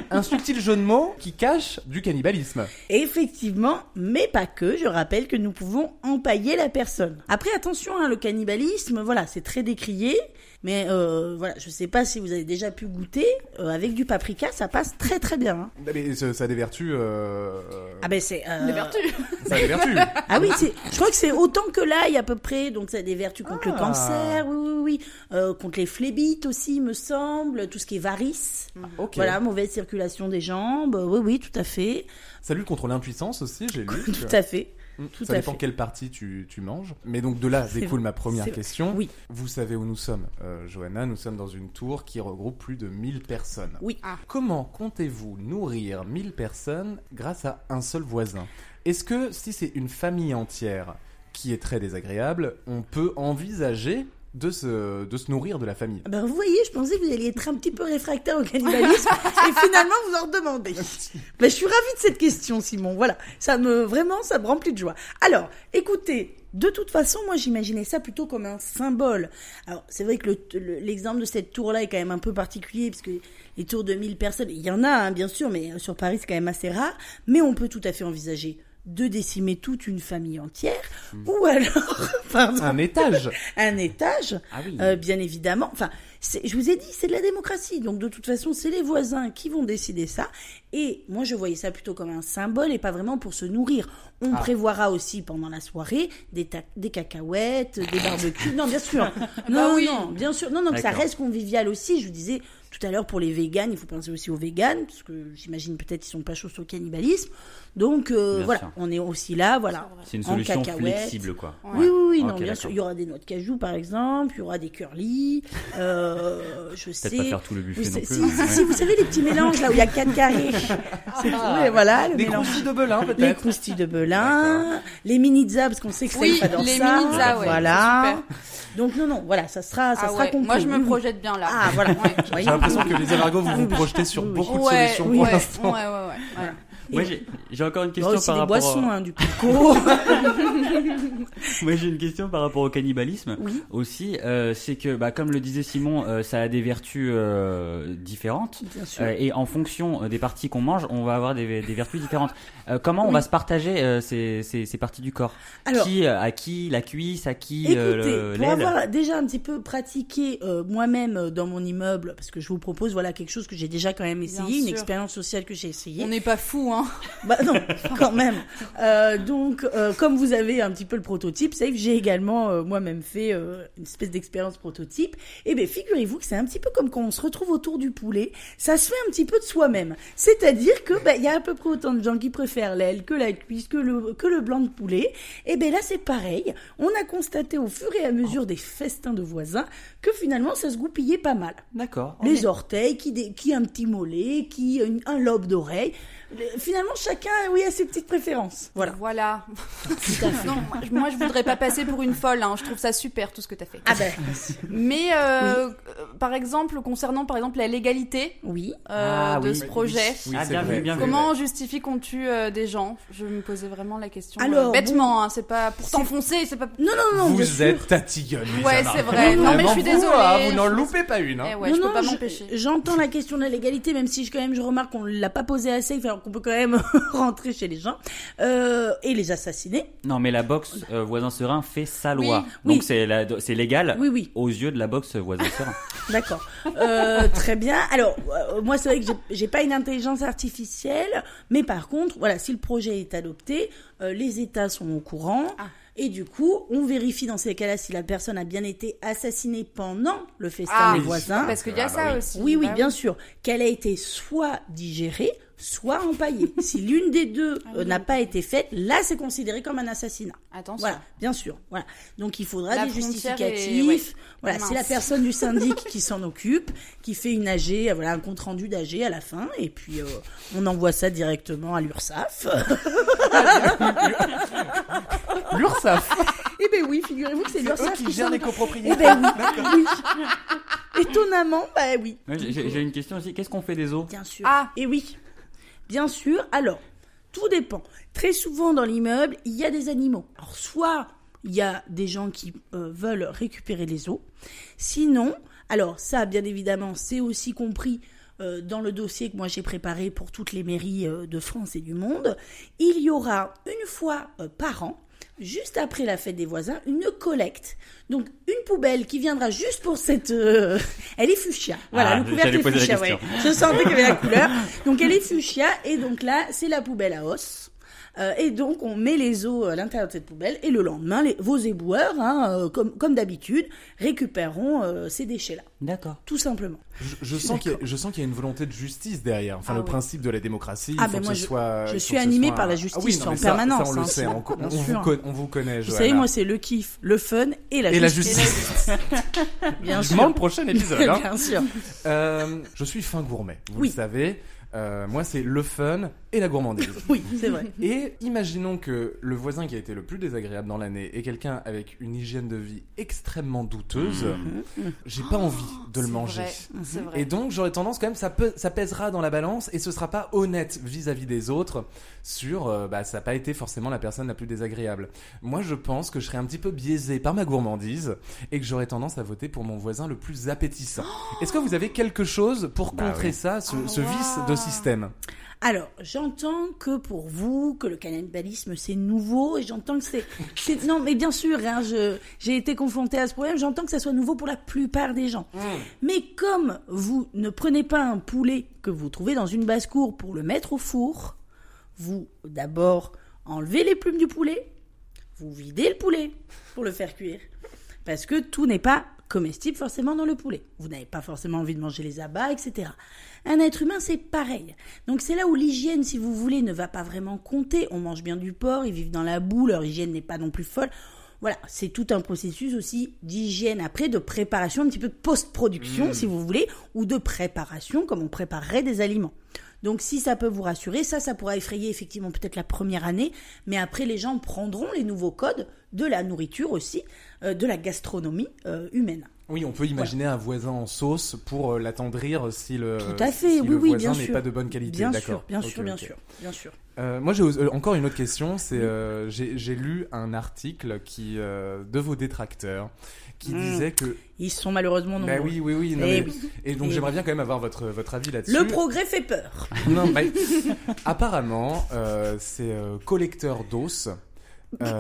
Speaker 4: Un subtil jeu de mots qui cache du cannibalisme.
Speaker 5: Effectivement, mais pas que. Je rappelle que nous pouvons empailler la personne. Après, attention, hein, le cannibalisme, voilà, c'est très décrié. Mais euh, voilà, je sais pas si vous avez déjà pu goûter. euh, avec du paprika, ça passe très très bien. hein.
Speaker 4: Ah, Mais ça ça a des vertus. euh, euh,
Speaker 5: Ah ben c'est. euh,
Speaker 6: Les vertus.
Speaker 4: Ça a des vertus.
Speaker 5: Ah oui, c'est. Je crois que c'est autant que l'ail à peu près. Donc ça a des vertus contre le
Speaker 4: Ah.
Speaker 5: cancer, oui oui oui, Euh, contre les phlébites aussi, il me semble, tout ce qui est varices.
Speaker 4: Ah, Ok.
Speaker 5: Voilà, mauvaise circulation des jambes. Oui oui, tout à fait,
Speaker 4: Ça lutte contre l'impuissance aussi, j'ai lu. Mm.
Speaker 5: tout à fait. tout
Speaker 4: ça
Speaker 5: à
Speaker 4: dépend
Speaker 5: fait.
Speaker 4: quelle partie tu, tu manges. Mais donc de là
Speaker 5: C'est
Speaker 4: découle
Speaker 5: vrai,
Speaker 4: ma première
Speaker 5: c'est vrai.
Speaker 4: question.
Speaker 5: Oui.
Speaker 4: Vous savez où nous sommes, euh, Johanna. Nous sommes dans une tour qui regroupe plus de 1000 personnes.
Speaker 5: Oui.
Speaker 4: Comment comptez-vous nourrir 1000 personnes grâce à un seul voisin Est-ce que si c'est une famille entière qui est très désagréable, on peut envisager de se, de se nourrir de la famille.
Speaker 5: Ben, vous voyez, je pensais que vous alliez être un petit peu réfractaire au cannibalisme et finalement vous en redemandez. Ben, je suis ravie de cette question, Simon. Voilà, ça me vraiment, ça me remplit de joie. Alors, écoutez, de toute façon, moi j'imaginais ça plutôt comme un symbole. Alors, c'est vrai que le- le- l'exemple de cette tour-là est quand même un peu particulier parce que les tours de 1000 personnes, il y en a hein, bien sûr, mais euh, sur Paris c'est quand même assez rare. Mais on peut tout à fait envisager de décimer toute une famille entière ou alors, pardon,
Speaker 4: Un étage
Speaker 5: un étage,
Speaker 7: Ah oui.
Speaker 5: euh, bien évidemment. Enfin, c'est- je vous ai dit, c'est de la démocratie. Donc, de toute façon, c'est les voisins qui vont décider ça. Et moi, je voyais ça plutôt comme un symbole et pas vraiment pour se nourrir. On
Speaker 7: Ah.
Speaker 5: prévoira aussi pendant la soirée des, ta- des cacahuètes, des barbecues. Non, bien sûr. Non, non, bien sûr. Non, non, que ça
Speaker 7: Ah bah D'accord.
Speaker 5: reste convivial aussi. Je vous disais tout à l'heure pour les véganes, il faut penser aussi aux véganes, parce que j'imagine peut-être ils sont pas chauds sur le cannibalisme. Donc, euh,
Speaker 7: Bien
Speaker 5: voilà,
Speaker 7: sûr.
Speaker 5: on est aussi là, voilà.
Speaker 7: C'est une
Speaker 5: en
Speaker 7: solution
Speaker 5: cacahuètes.
Speaker 7: flexible, quoi.
Speaker 5: Oui, oui, oui,
Speaker 7: Ok,
Speaker 5: non, bien
Speaker 7: d'accord.
Speaker 5: sûr. Il y aura des noix de cajou, par exemple, il y aura des curly, euh, je sais.
Speaker 7: Peut-être pas faire tout le buffet
Speaker 5: Oui,
Speaker 7: non
Speaker 5: c'est-
Speaker 7: plus.
Speaker 5: si,
Speaker 7: hein.
Speaker 5: si, si, vous savez, les petits mélanges, là, où il y a quatre carrés. C'est
Speaker 7: Ah.
Speaker 5: tout, et voilà, le
Speaker 4: Des
Speaker 5: mélange.
Speaker 4: croustilles de Belin,
Speaker 5: Les
Speaker 4: peut-être
Speaker 5: croustilles de Belin, les mini-zas, parce qu'on sait que c'est
Speaker 6: Oui,
Speaker 5: pas dans
Speaker 6: les
Speaker 5: ça.
Speaker 6: mini-zas, ouais,
Speaker 5: Voilà. Donc, non, non, voilà, ça sera, ça
Speaker 6: Ah
Speaker 5: sera
Speaker 6: ouais,
Speaker 5: compris.
Speaker 6: Moi, je me
Speaker 5: Oui, oui.
Speaker 6: projette bien là.
Speaker 5: Ah, voilà.
Speaker 6: Ouais.
Speaker 5: Voyez.
Speaker 4: J'ai l'impression que les Arago, vous vous projetez sur beaucoup de
Speaker 6: ouais,
Speaker 4: solutions
Speaker 6: ouais,
Speaker 4: pour
Speaker 6: ouais,
Speaker 4: l'instant.
Speaker 6: ouais, ouais, ouais.
Speaker 7: Moi, j'ai j'ai encore une
Speaker 5: Il y
Speaker 7: question
Speaker 5: aura aussi Oh,
Speaker 7: par
Speaker 5: des
Speaker 7: rapport. au-
Speaker 5: boissons, hein, du coco.
Speaker 7: Moi j'ai une question par rapport au cannibalisme aussi, Euh, c'est que bah, comme le disait Simon, euh, ça a des vertus euh, différentes
Speaker 5: Bien sûr.
Speaker 7: Euh, et en fonction euh, des parties qu'on mange, on va avoir des, des vertus différentes. Euh, comment on va se partager euh, ces, ces, ces parties du corps
Speaker 5: Alors-
Speaker 7: Qui euh, à qui la cuisse, à qui
Speaker 5: Écoutez,
Speaker 7: euh, le-
Speaker 5: pour
Speaker 7: l'aile
Speaker 5: avoir déjà un petit peu pratiqué euh, moi-même euh, dans mon immeuble, parce que je vous propose voilà quelque chose que j'ai déjà quand même essayé, une
Speaker 6: sûr.
Speaker 5: expérience sociale que j'ai essayée.
Speaker 6: On n'est pas fou, hein.
Speaker 5: Bah non, quand même. Euh, donc, euh, comme vous avez un petit peu le prototype, Safe, j'ai également euh, moi-même fait euh, une espèce d'expérience prototype. Et bien, figurez-vous que c'est un petit peu comme quand on se retrouve autour du poulet, ça se fait un petit peu de soi-même. C'est-à-dire que bah, il y a à peu près autant de gens qui préfèrent l'aile que la cuisse, que le, que le blanc de poulet. Et bien là, c'est pareil. On a constaté au fur et à mesure des festins de voisins que finalement, ça se goupillait pas mal
Speaker 7: D'accord.
Speaker 5: les orteils, qui, des- qui un petit mollet, qui une- un lobe d'oreille. Le- Finalement, chacun oui, a ses petites préférences. Voilà.
Speaker 6: Voilà. non, moi, je- moi, je voudrais pas passer pour une folle. hein. Je trouve ça super tout ce que t'as fait.
Speaker 5: Ah ben,
Speaker 6: Mais euh, euh, par exemple, concernant par exemple la légalité
Speaker 5: oui.
Speaker 6: euh,
Speaker 7: Ah
Speaker 6: de
Speaker 7: oui,
Speaker 6: ce
Speaker 7: oui,
Speaker 6: projet.
Speaker 4: Oui,
Speaker 7: Ah,
Speaker 4: c'est
Speaker 7: bien
Speaker 4: vrai,
Speaker 7: vu, bien
Speaker 4: c'est
Speaker 7: vu.
Speaker 6: Comment on justifie qu'on tue euh, des gens Je me posais vraiment la question.
Speaker 5: Alors,
Speaker 6: euh, bêtement, hein, c'est pas pour
Speaker 5: c'est-
Speaker 6: t'enfoncer, c'est pas.
Speaker 5: Non, non, non. bien
Speaker 4: Vous
Speaker 5: sûr.
Speaker 4: êtes tatillonne, les
Speaker 6: Ouais,
Speaker 4: Arago.
Speaker 6: c'est vrai. Non, mais je suis
Speaker 4: Vraiment, vous, hein,
Speaker 6: désolée.
Speaker 4: Vous n'en loupez pas une.
Speaker 6: Eh
Speaker 4: hein.
Speaker 6: ouais,
Speaker 5: Non,
Speaker 6: je
Speaker 5: non,
Speaker 6: peux pas
Speaker 5: je-
Speaker 6: m'empêcher.
Speaker 5: J'entends la question de la légalité, même si je, quand même je remarque qu'on l'a pas posée assez, alors qu'on peut quand même rentrer chez les gens euh, et les assassiner.
Speaker 7: Non mais la boxe euh, voisin serein fait sa loi,
Speaker 5: oui.
Speaker 7: donc c'est la- c'est légal
Speaker 5: Oui, oui.
Speaker 7: aux yeux de la boxe voisin serein.
Speaker 5: D'accord. Euh, très bien. Alors, euh, moi, c'est vrai que j'ai- j'ai pas une intelligence artificielle, mais par contre, voilà, si le projet est adopté, euh, les États sont au courant.
Speaker 6: Ah.
Speaker 5: Et du coup, on vérifie dans ces cas-là si la personne a bien été assassinée pendant le festin
Speaker 6: Ah,
Speaker 5: des voisins.
Speaker 6: Parce qu'il y a
Speaker 4: Ah, bah
Speaker 6: ça
Speaker 4: oui.
Speaker 6: aussi.
Speaker 5: hein Oui, oui,
Speaker 6: bah
Speaker 5: bien sûr. Qu'elle a été soit digérée, soit empaillée. si l'une des deux
Speaker 6: Ah
Speaker 5: euh, n'a pas été faite, là, c'est considéré comme un assassinat.
Speaker 6: Attention.
Speaker 5: Voilà, bien sûr. Voilà. Donc il faudra
Speaker 6: La
Speaker 5: des
Speaker 6: frontière est-
Speaker 5: justificatifs.
Speaker 6: ouais,
Speaker 5: Voilà,
Speaker 6: mince.
Speaker 5: c'est la personne du syndic qui s'en occupe, qui fait une AG, euh, voilà, un compte rendu d'AG à la fin, et puis euh, on envoie ça directement à l'URSSAF.
Speaker 4: L'URSSAF.
Speaker 5: Eh ben oui, figurez-vous que c'est
Speaker 4: Eux
Speaker 5: l'URSSAF
Speaker 4: qui
Speaker 5: qui
Speaker 4: gèrent
Speaker 5: s'en
Speaker 4: les
Speaker 5: occupe.
Speaker 4: copropriétés.
Speaker 5: Eh ben oui, oui. Étonnamment, bah oui.
Speaker 7: Ouais, j'ai- J'ai j'ai une question aussi. Qu'est-ce qu'on fait des os
Speaker 5: Bien sûr.
Speaker 6: Ah.
Speaker 5: Et oui. Bien sûr. Alors, tout dépend. Très souvent dans l'immeuble, il y a des animaux. Alors, soit il y a des gens qui euh, veulent récupérer les os. Sinon, alors ça, bien évidemment, c'est aussi compris euh, dans le dossier que moi j'ai préparé pour toutes les mairies euh, de France et du monde. Il y aura une fois euh, par an, juste après la fête des voisins, une collecte. Donc une poubelle qui viendra juste pour cette... euh, Elle est fuchsia. Voilà,
Speaker 7: Ah,
Speaker 5: le couvercle
Speaker 7: j'allais
Speaker 5: est
Speaker 7: poser la
Speaker 5: fuchsia.
Speaker 7: question.
Speaker 5: ouais. Je sentais qu'il y avait la couleur. Donc elle est fuchsia et donc là c'est la poubelle à os. Euh, et donc on met les os euh, à l'intérieur de cette poubelle et le lendemain les, vos éboueurs, hein, euh, comme, comme d'habitude, récupéreront euh, ces déchets-là,
Speaker 7: D'accord.
Speaker 5: tout simplement.
Speaker 4: Je, je
Speaker 5: Ah
Speaker 4: sens qu'il y a- je sens qu'il y a une volonté de justice derrière. Enfin,
Speaker 6: Ah
Speaker 4: le
Speaker 6: ouais.
Speaker 4: principe de la démocratie.
Speaker 5: Ah,
Speaker 4: il faut
Speaker 5: ben
Speaker 4: que
Speaker 5: moi,
Speaker 4: ce
Speaker 5: je-
Speaker 4: soit,
Speaker 5: je
Speaker 4: il faut
Speaker 5: suis
Speaker 4: que ce
Speaker 5: animée
Speaker 4: soit-
Speaker 5: par la
Speaker 4: Ah oui,
Speaker 5: justice
Speaker 4: non, mais
Speaker 5: en
Speaker 4: ça-
Speaker 5: permanence,
Speaker 4: ça, on le
Speaker 5: hein,
Speaker 4: sait,
Speaker 5: ça,
Speaker 4: on, co-
Speaker 5: bien
Speaker 4: on vous
Speaker 5: sûr.
Speaker 4: con- on vous connaît,
Speaker 5: Vous
Speaker 4: Johanna.
Speaker 5: savez, moi c'est le kiff, le fun et la
Speaker 4: Et la
Speaker 5: justice.
Speaker 4: justice.
Speaker 5: Bien sûr.
Speaker 4: Vivement le prochain épisode. hein.
Speaker 5: Bien sûr.
Speaker 4: Euh, je suis fin gourmet, vous
Speaker 5: Oui.
Speaker 4: le savez. Euh, moi, c'est le fun et la gourmandise.
Speaker 5: Oui, c'est vrai.
Speaker 4: Et
Speaker 6: Mm.
Speaker 4: imaginons que le voisin qui a été le plus désagréable dans l'année est quelqu'un avec une hygiène de vie extrêmement douteuse. J'ai pas envie de le
Speaker 6: Mm. Oh, C'est
Speaker 4: manger. Mhm.
Speaker 6: vrai, C'est vrai.
Speaker 4: Et donc j'aurais tendance quand même, ça, peut, ça pèsera dans la balance et ce sera pas honnête vis-à-vis des autres sur, euh, bah ça n'a pas été forcément la personne la plus désagréable. Moi je pense que je serais un petit peu biaisé par ma gourmandise et que j'aurais tendance à voter pour mon voisin le plus appétissant. Est-ce que vous avez quelque chose pour
Speaker 7: Bah
Speaker 4: contrer
Speaker 7: oui.
Speaker 4: ça, ce,
Speaker 6: Ah,
Speaker 4: ce vice
Speaker 6: waouh.
Speaker 4: de système
Speaker 5: Alors, j'entends que pour vous, que le cannibalisme c'est nouveau, et j'entends que c'est, c'est- non, mais bien sûr, hein, je, j'ai été confrontée à ce problème. J'entends que ça soit nouveau pour la plupart des gens. Mais comme vous ne prenez pas un poulet que vous trouvez dans une basse-cour pour le mettre au four, vous d'abord enlevez les plumes du poulet, vous videz le poulet pour le faire cuire, parce que tout n'est pas comestible forcément dans le poulet. Vous n'avez pas forcément envie de manger les abats, etc. Un être humain, c'est pareil. Donc c'est là où l'hygiène, si vous voulez, ne va pas vraiment compter. On mange bien du porc, ils vivent dans la boue, leur hygiène n'est pas non plus folle. Voilà, c'est tout un processus aussi d'hygiène après, de préparation, un petit peu de post-production, si vous voulez, ou de préparation, comme on préparerait des aliments. Donc si ça peut vous rassurer, ça, ça pourra effrayer effectivement peut-être la première année, mais après les gens prendront les nouveaux codes de la nourriture aussi, euh, de la gastronomie euh, humaine.
Speaker 4: Oui, on peut imaginer un voisin en sauce pour euh, l'attendrir si le,
Speaker 5: Tout à fait,
Speaker 4: Euh, si
Speaker 5: oui,
Speaker 4: le
Speaker 5: oui,
Speaker 4: voisin
Speaker 5: bien
Speaker 4: n'est
Speaker 5: sûr.
Speaker 4: pas de bonne qualité.
Speaker 5: bien
Speaker 4: d'accord.
Speaker 5: sûr, bien
Speaker 4: Ok,
Speaker 5: sûr, bien
Speaker 4: ok.
Speaker 5: sûr, bien sûr.
Speaker 4: Euh, moi, j'ai euh, encore une autre question. C'est euh, j'ai j'ai lu un article qui euh, de vos détracteurs qui
Speaker 5: Mm.
Speaker 4: disait que
Speaker 5: Ils sont malheureusement
Speaker 4: bah
Speaker 5: nombreux.
Speaker 4: oui, oui, oui. non,
Speaker 5: Eh
Speaker 4: mais- Et donc
Speaker 5: Eh
Speaker 4: j'aimerais bien quand même avoir votre votre avis là-dessus.
Speaker 5: Le progrès fait peur.
Speaker 4: Non, bah, apparemment, euh, ces euh, collecteurs d'os, euh,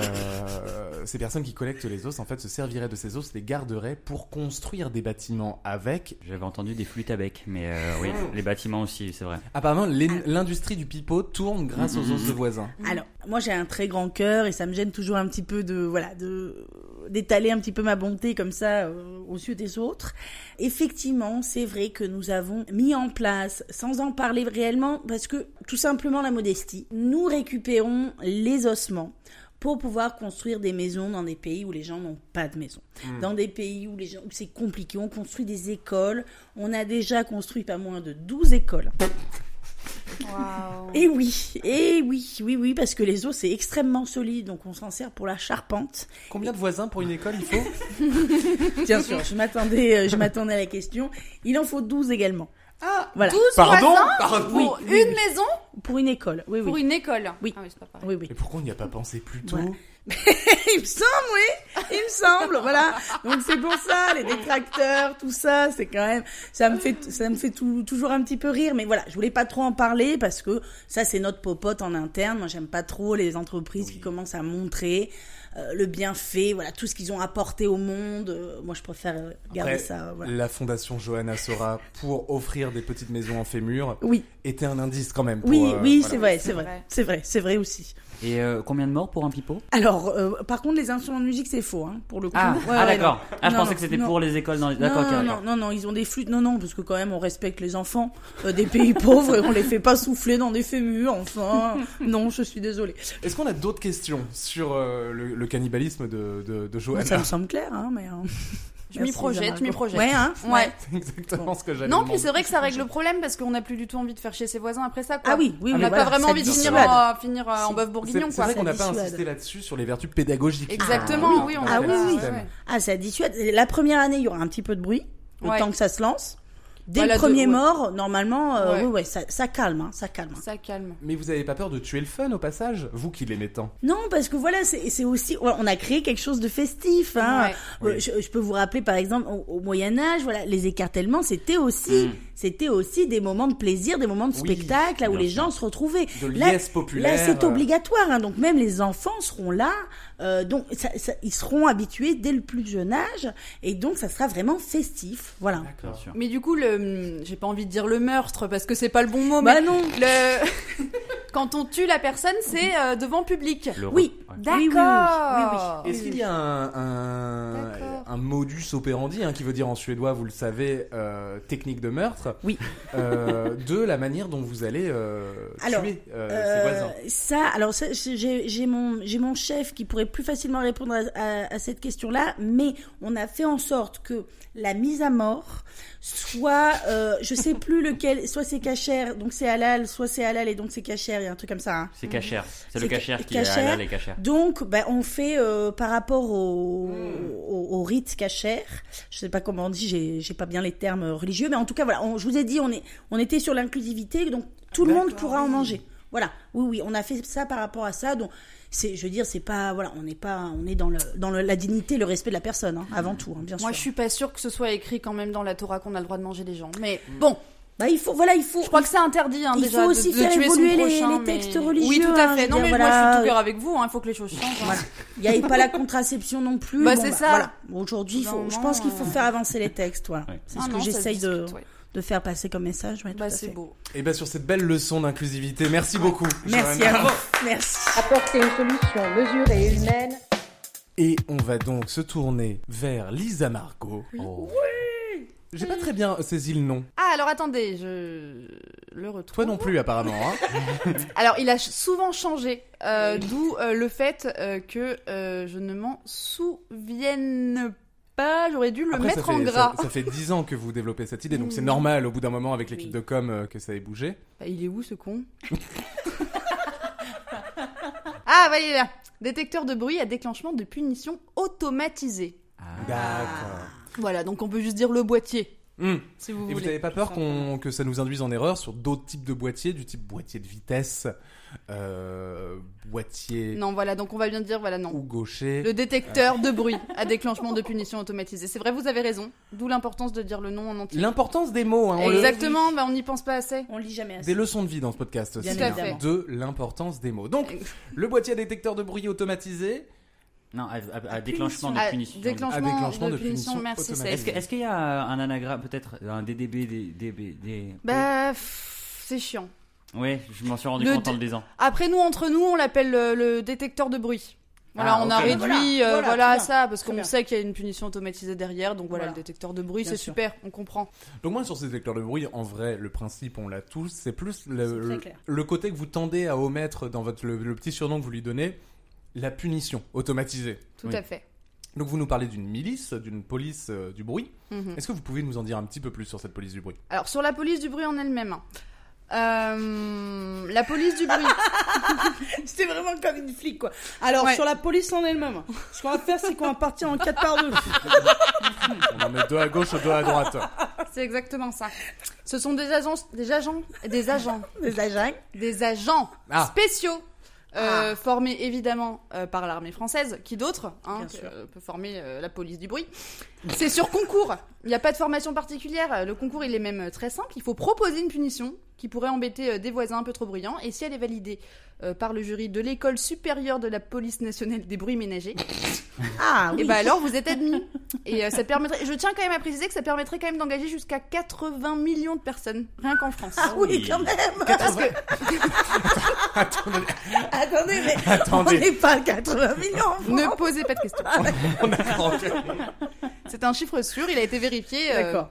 Speaker 4: ces personnes qui collectent les os, en fait, se serviraient de ces os, les garderaient pour construire des bâtiments avec
Speaker 7: J'avais entendu des flûtes à bec, mais euh, oui,
Speaker 4: Oh.
Speaker 7: les bâtiments aussi, c'est vrai.
Speaker 4: Apparemment, l'in- l'industrie du pipeau tourne grâce aux os de voisins.
Speaker 5: Alors, moi j'ai un très grand cœur et ça me gêne toujours un petit peu de voilà de d'étaler un petit peu ma bonté comme ça euh, aux yeux des autres. Effectivement, c'est vrai que nous avons mis en place, sans en parler réellement, parce que tout simplement la modestie, nous récupérons les ossements pour pouvoir construire des maisons dans des pays où les gens n'ont pas de maison. Dans des pays où les gens où c'est compliqué, on construit des écoles. On a déjà construit pas moins de 12 écoles.
Speaker 6: Waouh.
Speaker 5: Et Eh oui, et oui, oui, oui, parce que les os c'est extrêmement solide, donc on s'en sert pour la charpente.
Speaker 4: Combien de voisins pour une école il faut
Speaker 5: Bien sûr, je m'attendais, euh, je m'attendais à la question. Il en faut 12 également.
Speaker 6: Ah,
Speaker 5: Voilà.
Speaker 6: 12
Speaker 4: Pardon
Speaker 6: voisins
Speaker 4: Pardon
Speaker 6: pour
Speaker 5: Oui,
Speaker 6: une
Speaker 5: oui, oui.
Speaker 6: maison,
Speaker 5: Pour une école, oui,
Speaker 6: pour
Speaker 5: oui.
Speaker 6: une école.
Speaker 5: Oui.
Speaker 6: Ah c'est pas pareil.
Speaker 5: Oui, oui.
Speaker 4: Mais pourquoi on n'y a pas pensé plus tôt
Speaker 5: Voilà. Il me semble, oui, il me semble, voilà. Donc c'est pour ça, les détracteurs, tout ça, c'est quand même, ça me fait, ça me fait tout- toujours un petit peu rire, mais voilà, je voulais pas trop en parler parce que ça c'est notre popote en interne. Moi j'aime pas trop les entreprises qui commencent à montrer euh, le bienfait, voilà, tout ce qu'ils ont apporté au monde. Euh, Moi je préfère euh, garder
Speaker 4: Après,
Speaker 5: ça, euh, voilà.
Speaker 4: La fondation Johanna Sora pour offrir des petites maisons en fémur
Speaker 5: Oui,
Speaker 4: était un indice quand même. pour,
Speaker 5: oui,
Speaker 4: euh,
Speaker 5: oui,
Speaker 4: voilà.
Speaker 5: c'est vrai, c'est
Speaker 6: vrai.
Speaker 5: vrai, c'est vrai, c'est vrai aussi.
Speaker 7: Et euh, combien de morts pour un pipeau
Speaker 5: Alors, euh, par contre, les instruments de musique c'est faux, hein, pour le coup. Ouais, ouais,
Speaker 7: ah
Speaker 5: ouais,
Speaker 7: d'accord.
Speaker 5: non.
Speaker 7: Ah, je
Speaker 5: Non,
Speaker 7: pensais
Speaker 5: non,
Speaker 7: que c'était
Speaker 5: non.
Speaker 7: pour les écoles dans les. D'accord,
Speaker 5: Non,
Speaker 7: ok,
Speaker 5: non,
Speaker 7: d'accord.
Speaker 5: non, non, ils ont des flûtes. Non, non, parce que quand même, on respecte les enfants euh, des pays pauvres et on les fait pas souffler dans des fémurs, enfin. Non, je suis désolée.
Speaker 4: Est-ce qu'on a d'autres questions sur euh, le, le cannibalisme de, de, de
Speaker 5: Bon,
Speaker 4: Johanna
Speaker 5: ça me semble clair, hein, mais. hein.
Speaker 6: Je m'y
Speaker 5: Merci,
Speaker 6: projette,
Speaker 5: Jean-Marc.
Speaker 6: je m'y projette.
Speaker 5: Ouais, hein.
Speaker 6: Ouais.
Speaker 4: C'est exactement ce que j'avais
Speaker 6: Non,
Speaker 4: demandé.
Speaker 6: puis c'est vrai que ça règle le problème parce qu'on n'a plus du tout envie de faire chier ses voisins après ça. Quoi.
Speaker 5: Ah oui, oui,
Speaker 6: On
Speaker 5: oui,
Speaker 6: n'a
Speaker 5: voilà,
Speaker 6: pas vraiment
Speaker 5: ça
Speaker 6: envie de finir
Speaker 5: dissuade.
Speaker 6: en, finir euh, en
Speaker 5: C'est-
Speaker 6: bœuf bourguignon,
Speaker 4: C'est- C'est
Speaker 6: quoi.
Speaker 4: vrai qu'on n'a pas
Speaker 5: Ça dissuade.
Speaker 4: insisté là-dessus sur les vertus pédagogiques.
Speaker 6: Exactement,
Speaker 4: Ah,
Speaker 6: oui, on
Speaker 4: dans
Speaker 5: Ah
Speaker 4: le
Speaker 5: oui, oui.
Speaker 4: système.
Speaker 5: Ah, ça dissuade. La première année, il y aura un petit peu de bruit, le
Speaker 6: Ouais.
Speaker 5: temps que ça se lance. Dès
Speaker 6: Voilà,
Speaker 5: le
Speaker 6: de-
Speaker 5: premier
Speaker 6: ouais.
Speaker 5: mort, normalement, euh,
Speaker 6: Ouais.
Speaker 5: ouais, ouais, ça, ça calme, hein, ça calme.
Speaker 6: Ça calme.
Speaker 4: Mais vous n'avez pas peur de tuer le fun au passage, vous qui l'aimez tant
Speaker 5: Non, parce que voilà, c'est c'est aussi, on a créé quelque chose de festif. Hein.
Speaker 4: Ouais.
Speaker 5: Euh,
Speaker 4: Oui.
Speaker 5: Je, je peux vous rappeler, par exemple, au, au Moyen Âge, voilà, les écartèlements, c'était aussi, c'était aussi des moments de plaisir, des moments de
Speaker 4: Hmm. Oui,
Speaker 5: spectacle, là où
Speaker 7: bien
Speaker 5: les
Speaker 7: sûr.
Speaker 5: gens se retrouvaient.
Speaker 4: De
Speaker 5: Là-
Speaker 4: liesse populaire. euh.
Speaker 5: Là, c'est obligatoire. Hein, donc même les enfants seront là, euh, donc ça- ça- ils seront habitués dès le plus jeune âge, et donc ça sera vraiment festif. Voilà.
Speaker 7: Bien sûr.
Speaker 6: Mais du coup, le, hmm, j'ai pas envie de dire le meurtre parce que c'est pas le bon mot,
Speaker 5: Bah
Speaker 6: mais
Speaker 5: non.
Speaker 6: le, quand on tue la personne, c'est euh, devant public.
Speaker 7: Le
Speaker 5: Oui.
Speaker 7: re- ouais.
Speaker 5: Oui, oui, oui, oui, oui,
Speaker 6: D'accord.
Speaker 5: oui,
Speaker 4: Est-ce qu'il y a un, un-
Speaker 6: Ah D'accord.
Speaker 4: un modus operandi, hein, qui veut dire en suédois, vous le savez, euh, technique de meurtre,
Speaker 5: Oui.
Speaker 4: euh, de la manière dont vous allez euh,
Speaker 5: Alors,
Speaker 4: tuer euh,
Speaker 5: Euh,
Speaker 4: ses voisins.
Speaker 5: ça, alors ça, c'est- j'ai j'ai mon, j'ai mon chef qui pourrait plus facilement répondre à, à- à cette question-là, mais on a fait en sorte que la mise à mort soit, euh, je sais plus lequel, soit c'est cachère, donc c'est halal, soit c'est halal et donc c'est cachère, il y a un truc comme ça. hein.
Speaker 7: C'est cachère. C'est le
Speaker 5: C'est ca-
Speaker 7: cachère qui
Speaker 5: cachère.
Speaker 7: est halal et cachère.
Speaker 5: Donc, ben, on fait euh, par rapport au,
Speaker 6: Hmm.
Speaker 5: au, au rite cachère. Je sais pas comment on dit, j'ai- j'ai pas bien les termes euh, religieux, mais en tout cas, voilà, on- je vous ai dit, on, est, on était sur l'inclusivité, donc tout le monde pourra en manger. Voilà, oui, oui, on a fait ça par rapport à ça. Donc, c'est, je veux dire, c'est pas, voilà, on n'est pas, on est dans le, dans le- la dignité, le respect de la personne, hein, avant tout, hein, bien
Speaker 6: Moi, je
Speaker 5: sûr.
Speaker 6: suis pas sûre que ce soit écrit quand même dans la Torah qu'on a le droit de manger les gens. Mais bon,
Speaker 5: Bah, il faut, voilà, il faut.
Speaker 6: je crois que c'est interdit hein,
Speaker 5: Il
Speaker 6: déjà
Speaker 5: faut
Speaker 6: de-
Speaker 5: aussi
Speaker 6: de,
Speaker 5: faire
Speaker 6: tuer son
Speaker 5: évoluer les-
Speaker 6: prochain,
Speaker 5: les
Speaker 6: mais-
Speaker 5: textes
Speaker 6: Oui,
Speaker 5: religieux,
Speaker 6: tout à
Speaker 5: hein,
Speaker 6: fait.
Speaker 5: je
Speaker 6: Non,
Speaker 5: veux
Speaker 6: mais
Speaker 5: dire,
Speaker 6: moi, je suis
Speaker 5: voilà.
Speaker 6: tout cœur avec vous. Il faut que les choses changent. hein.
Speaker 5: Il n'y avait pas la contraception non plus.
Speaker 6: Bah, c'est ça.
Speaker 5: voilà. Bon, Aujourd'hui, il faut- je
Speaker 6: Normalement,
Speaker 5: pense qu'il faut
Speaker 6: euh,
Speaker 5: faire avancer les textes. Voilà.
Speaker 7: Ouais.
Speaker 5: C'est
Speaker 6: Ah
Speaker 5: ce que
Speaker 6: non, ça se
Speaker 5: j'essaye de,
Speaker 6: discute, ouais.
Speaker 5: de faire passer comme message. ouais, tout à
Speaker 6: Bah, c'est
Speaker 5: fait.
Speaker 6: beau.
Speaker 4: Et bien Eh ben, sur cette belle leçon d'inclusivité,
Speaker 6: Ah.
Speaker 4: merci beaucoup.
Speaker 5: Merci
Speaker 4: Johanna.
Speaker 5: à vous. Merci.
Speaker 2: Apporter une solution mesurée et humaine
Speaker 4: Et on va donc se tourner vers Lisa Margot. J'ai pas très bien saisi le nom.
Speaker 6: Ah, alors attendez, je le retrouve.
Speaker 4: Toi non plus apparemment. hein.
Speaker 6: Alors, il a ch- souvent changé, euh, d'où euh, le fait euh, que euh, je ne m'en souvienne pas. J'aurais dû le
Speaker 4: Après,
Speaker 6: mettre
Speaker 4: ça
Speaker 6: en
Speaker 4: fait,
Speaker 6: gras.
Speaker 4: Ça, ça fait 10 ans que vous développez cette idée, donc c'est
Speaker 6: Mm.
Speaker 4: normal au bout d'un moment avec l'équipe
Speaker 6: Oui.
Speaker 4: de com euh, que ça ait bougé.
Speaker 6: Bah, il est où ce con Ah, voilà, il est là. Détecteur de bruit à déclenchement de punition automatisé.
Speaker 4: D'accord.
Speaker 6: Voilà, donc on peut juste dire le boîtier,
Speaker 4: Mm.
Speaker 6: si vous
Speaker 4: Et vous
Speaker 6: voulez.
Speaker 4: n'avez pas peur qu'on- que ça nous induise en erreur sur d'autres types de boîtiers, du type boîtier de vitesse, euh, boîtier
Speaker 6: Non, voilà, donc on va bien dire, voilà, non.
Speaker 4: ou gaucher
Speaker 6: Le détecteur de bruit à déclenchement de punition automatisée. C'est vrai, vous avez raison. D'où l'importance de dire le nom en entier.
Speaker 4: L'importance des mots, hein, on le-
Speaker 6: Exactement, bah, on n'y pense pas assez.
Speaker 5: On lit jamais assez.
Speaker 4: des leçons de vie dans ce podcast aussi,
Speaker 5: Bien
Speaker 4: hein,
Speaker 6: évidemment.
Speaker 4: de l'importance des mots. Donc, le boîtier à détecteur de bruit automatisé,
Speaker 7: Non, à, à- à déclenchement de
Speaker 6: Ah,
Speaker 7: punition.
Speaker 6: déclenchement,
Speaker 4: Ah, déclenchement
Speaker 6: de,
Speaker 4: de
Speaker 6: punition,
Speaker 4: punition
Speaker 6: merci
Speaker 4: automatique.
Speaker 7: Est-ce
Speaker 6: Seth.
Speaker 7: que- est-ce qu'il y a un anagramme, peut-être un DDB, des, DB, des...
Speaker 5: Mm.
Speaker 6: Bah, pff, c'est chiant.
Speaker 7: Ouais, je m'en suis rendu
Speaker 6: Le
Speaker 7: compte en
Speaker 6: d-
Speaker 7: le disant.
Speaker 6: Après, nous, entre nous, on l'appelle le, le détecteur de bruit. Voilà,
Speaker 7: Ah,
Speaker 6: on
Speaker 7: ok.
Speaker 6: a réduit euh,
Speaker 5: bah Voilà,
Speaker 6: voilà,
Speaker 5: voilà,
Speaker 6: à
Speaker 5: très
Speaker 6: ça parce
Speaker 5: très
Speaker 6: qu'on
Speaker 5: bien.
Speaker 6: sait qu'il y a une punition automatisée derrière. Donc voilà,
Speaker 5: Voilà.
Speaker 6: le détecteur de bruit,
Speaker 5: Bien
Speaker 6: c'est
Speaker 5: sûr.
Speaker 6: super, on comprend.
Speaker 4: donc moi sur ces détecteurs de bruit, en vrai, le principe, on l'a tous, c'est plus le,
Speaker 5: C'est très
Speaker 4: le-
Speaker 5: clair.
Speaker 4: le côté que vous tendez à omettre dans votre, le, le petit surnom que vous lui donnez, la punition automatisée.
Speaker 6: Tout
Speaker 4: Oui.
Speaker 6: à fait.
Speaker 4: Donc vous nous parlez d'une milice, d'une police euh, du bruit.
Speaker 6: Mhm.
Speaker 4: Est-ce que vous pouvez nous en dire un petit peu plus sur cette police du bruit
Speaker 6: Alors, sur la police du bruit en elle-même. hein. Euh, la police du bruit.
Speaker 5: C'était vraiment comme une flic, quoi. Alors,
Speaker 6: Ouais.
Speaker 5: sur la police en elle-même, ce qu'on va faire, c'est qu'on va partir en 4 par 2.
Speaker 4: On en met deux à gauche, deux à droite.
Speaker 6: C'est exactement ça. Ce sont des agents, des agents, des agents,
Speaker 5: Les agents.
Speaker 6: des agents
Speaker 4: Ah.
Speaker 6: spéciaux. euh,
Speaker 5: Ah.
Speaker 6: formés évidemment euh, par l'armée française, qui d'autre hein,
Speaker 5: Bien
Speaker 6: que-
Speaker 5: sûr.
Speaker 6: euh, peut former euh, la police du bruit. C'est sur concours, il n'y a pas de formation particulière, le concours il est même euh, très simple, il faut proposer une punition qui pourrait embêter euh, des voisins un peu trop bruyants, et si elle est validée euh, par le jury de l'école supérieure de la police nationale des bruits ménagers,
Speaker 5: Ah, oui.
Speaker 6: et bah alors vous êtes admis. Et euh, ça permettrait, je tiens quand même à préciser que ça permettrait quand même d'engager jusqu'à 80 millions de personnes, rien qu'en France.
Speaker 5: Ah oui, quand même. Attendez, mais
Speaker 4: Attendez.
Speaker 5: on n'est pas à 80 millions. en France.
Speaker 6: Ne posez pas de questions. C'est un chiffre sûr, il a été vérifié euh,
Speaker 5: D'accord.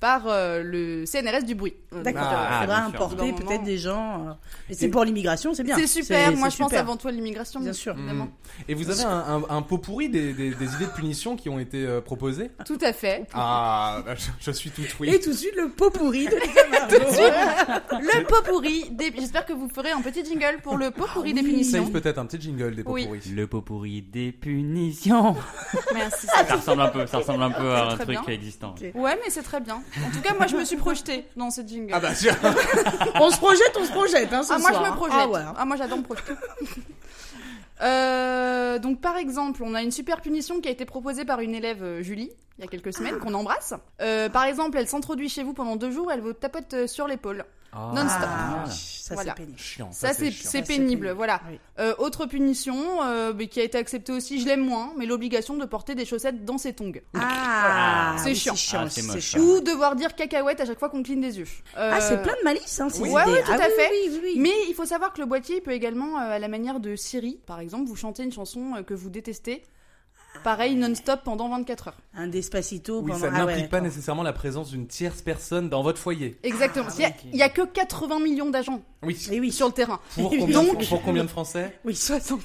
Speaker 6: par euh, le CNRS du bruit. Euh,
Speaker 5: D'accord.
Speaker 4: Ah,
Speaker 5: Il faudra
Speaker 7: bien sûr.
Speaker 5: importer
Speaker 6: Dans un
Speaker 5: peut-être
Speaker 6: moment.
Speaker 5: des gens. euh, Mais c'est pour l'immigration, c'est bien.
Speaker 6: C'est super,
Speaker 5: C'est-
Speaker 6: moi
Speaker 5: c'est
Speaker 6: je pense
Speaker 5: super.
Speaker 6: avant tout à l'immigration.
Speaker 5: Bien sûr.
Speaker 6: évidemment.
Speaker 4: Et vous avez un, un, un pot pourri des, des- des idées de punition qui ont été euh, proposées
Speaker 6: Tout à fait.
Speaker 4: Ah, bah, je, je suis tout
Speaker 5: Et
Speaker 4: oui.
Speaker 5: tout de suite, le pot pourri de Lisa Margot.
Speaker 6: Le pot pourri, des- j'espère que vous ferez un petit jingle pour le
Speaker 5: Ah
Speaker 6: pot pourri des
Speaker 4: Save
Speaker 6: punitions.
Speaker 4: peut-être un petit jingle des pots
Speaker 6: Oui.
Speaker 4: pourris.
Speaker 7: Le pot pourri des punitions.
Speaker 6: Merci.
Speaker 7: Ça ressemble un peu, ça ressemble un peu à un
Speaker 6: très
Speaker 7: truc
Speaker 6: bien.
Speaker 7: existant.
Speaker 5: Ok.
Speaker 6: Ouais, mais c'est très bien. En tout cas, moi je me suis projetée dans ce jingle.
Speaker 4: Ah bah sûr
Speaker 5: on se projette, on se projette. Hein, ce
Speaker 6: Ah, moi,
Speaker 5: soir,
Speaker 6: je
Speaker 5: hein.
Speaker 6: me projette.
Speaker 5: Ah, ouais.
Speaker 6: Ah, moi, j'adore me projeter. Euh, donc, par exemple, on a une super punition qui a été proposée par une élève, euh, Julie, il y a quelques semaines, qu'on embrasse. Euh, par exemple, elle s'introduit chez vous pendant deux jours, elle vous tapote euh, sur l'épaule. Non-stop.
Speaker 5: Ah, ça,
Speaker 6: Voilà.
Speaker 5: c'est pénible.
Speaker 4: Chiant,
Speaker 6: Ça,
Speaker 4: chiant.
Speaker 6: c'est c'est
Speaker 5: Ça, c'est
Speaker 6: pénible,
Speaker 5: pénible.
Speaker 6: voilà.
Speaker 5: Oui.
Speaker 6: Euh, autre punition, euh, mais qui a été acceptée aussi, je l'aime moins, mais l'obligation de porter des chaussettes dans ses tongs.
Speaker 5: Ah,
Speaker 6: C'est
Speaker 5: oui,
Speaker 6: chiant.
Speaker 7: Ah, c'est
Speaker 5: c'est
Speaker 7: moche.
Speaker 5: chiant.
Speaker 6: Ou devoir dire cacahuète à chaque fois qu'on cligne des yeux. Euh,
Speaker 5: Ah, c'est plein de malice, hein, ces
Speaker 6: Oui.
Speaker 5: idées.
Speaker 6: Ouais, ouais, tout
Speaker 5: Ah
Speaker 6: à
Speaker 5: oui,
Speaker 6: fait.
Speaker 5: oui, oui, oui.
Speaker 6: Mais il faut savoir que le boîtier peut également, euh, à la manière de Siri, par exemple, vous chantez une chanson euh, que vous détestez.
Speaker 5: Ah
Speaker 6: Pareil, non-stop pendant 24 heures.
Speaker 5: Un despacito
Speaker 4: Oui,
Speaker 5: pendant...
Speaker 4: ça
Speaker 5: Ah ouais,
Speaker 4: n'implique pas
Speaker 5: d'accord.
Speaker 4: nécessairement la présence d'une tierce personne dans votre foyer.
Speaker 6: Exactement. Il y a- il y a, que 80 millions d'agents
Speaker 4: Oui.
Speaker 5: Ah, Eh oui.
Speaker 6: sur le terrain.
Speaker 4: Pour combien,
Speaker 6: Donc,
Speaker 4: pour combien de Français
Speaker 5: Oui, 60.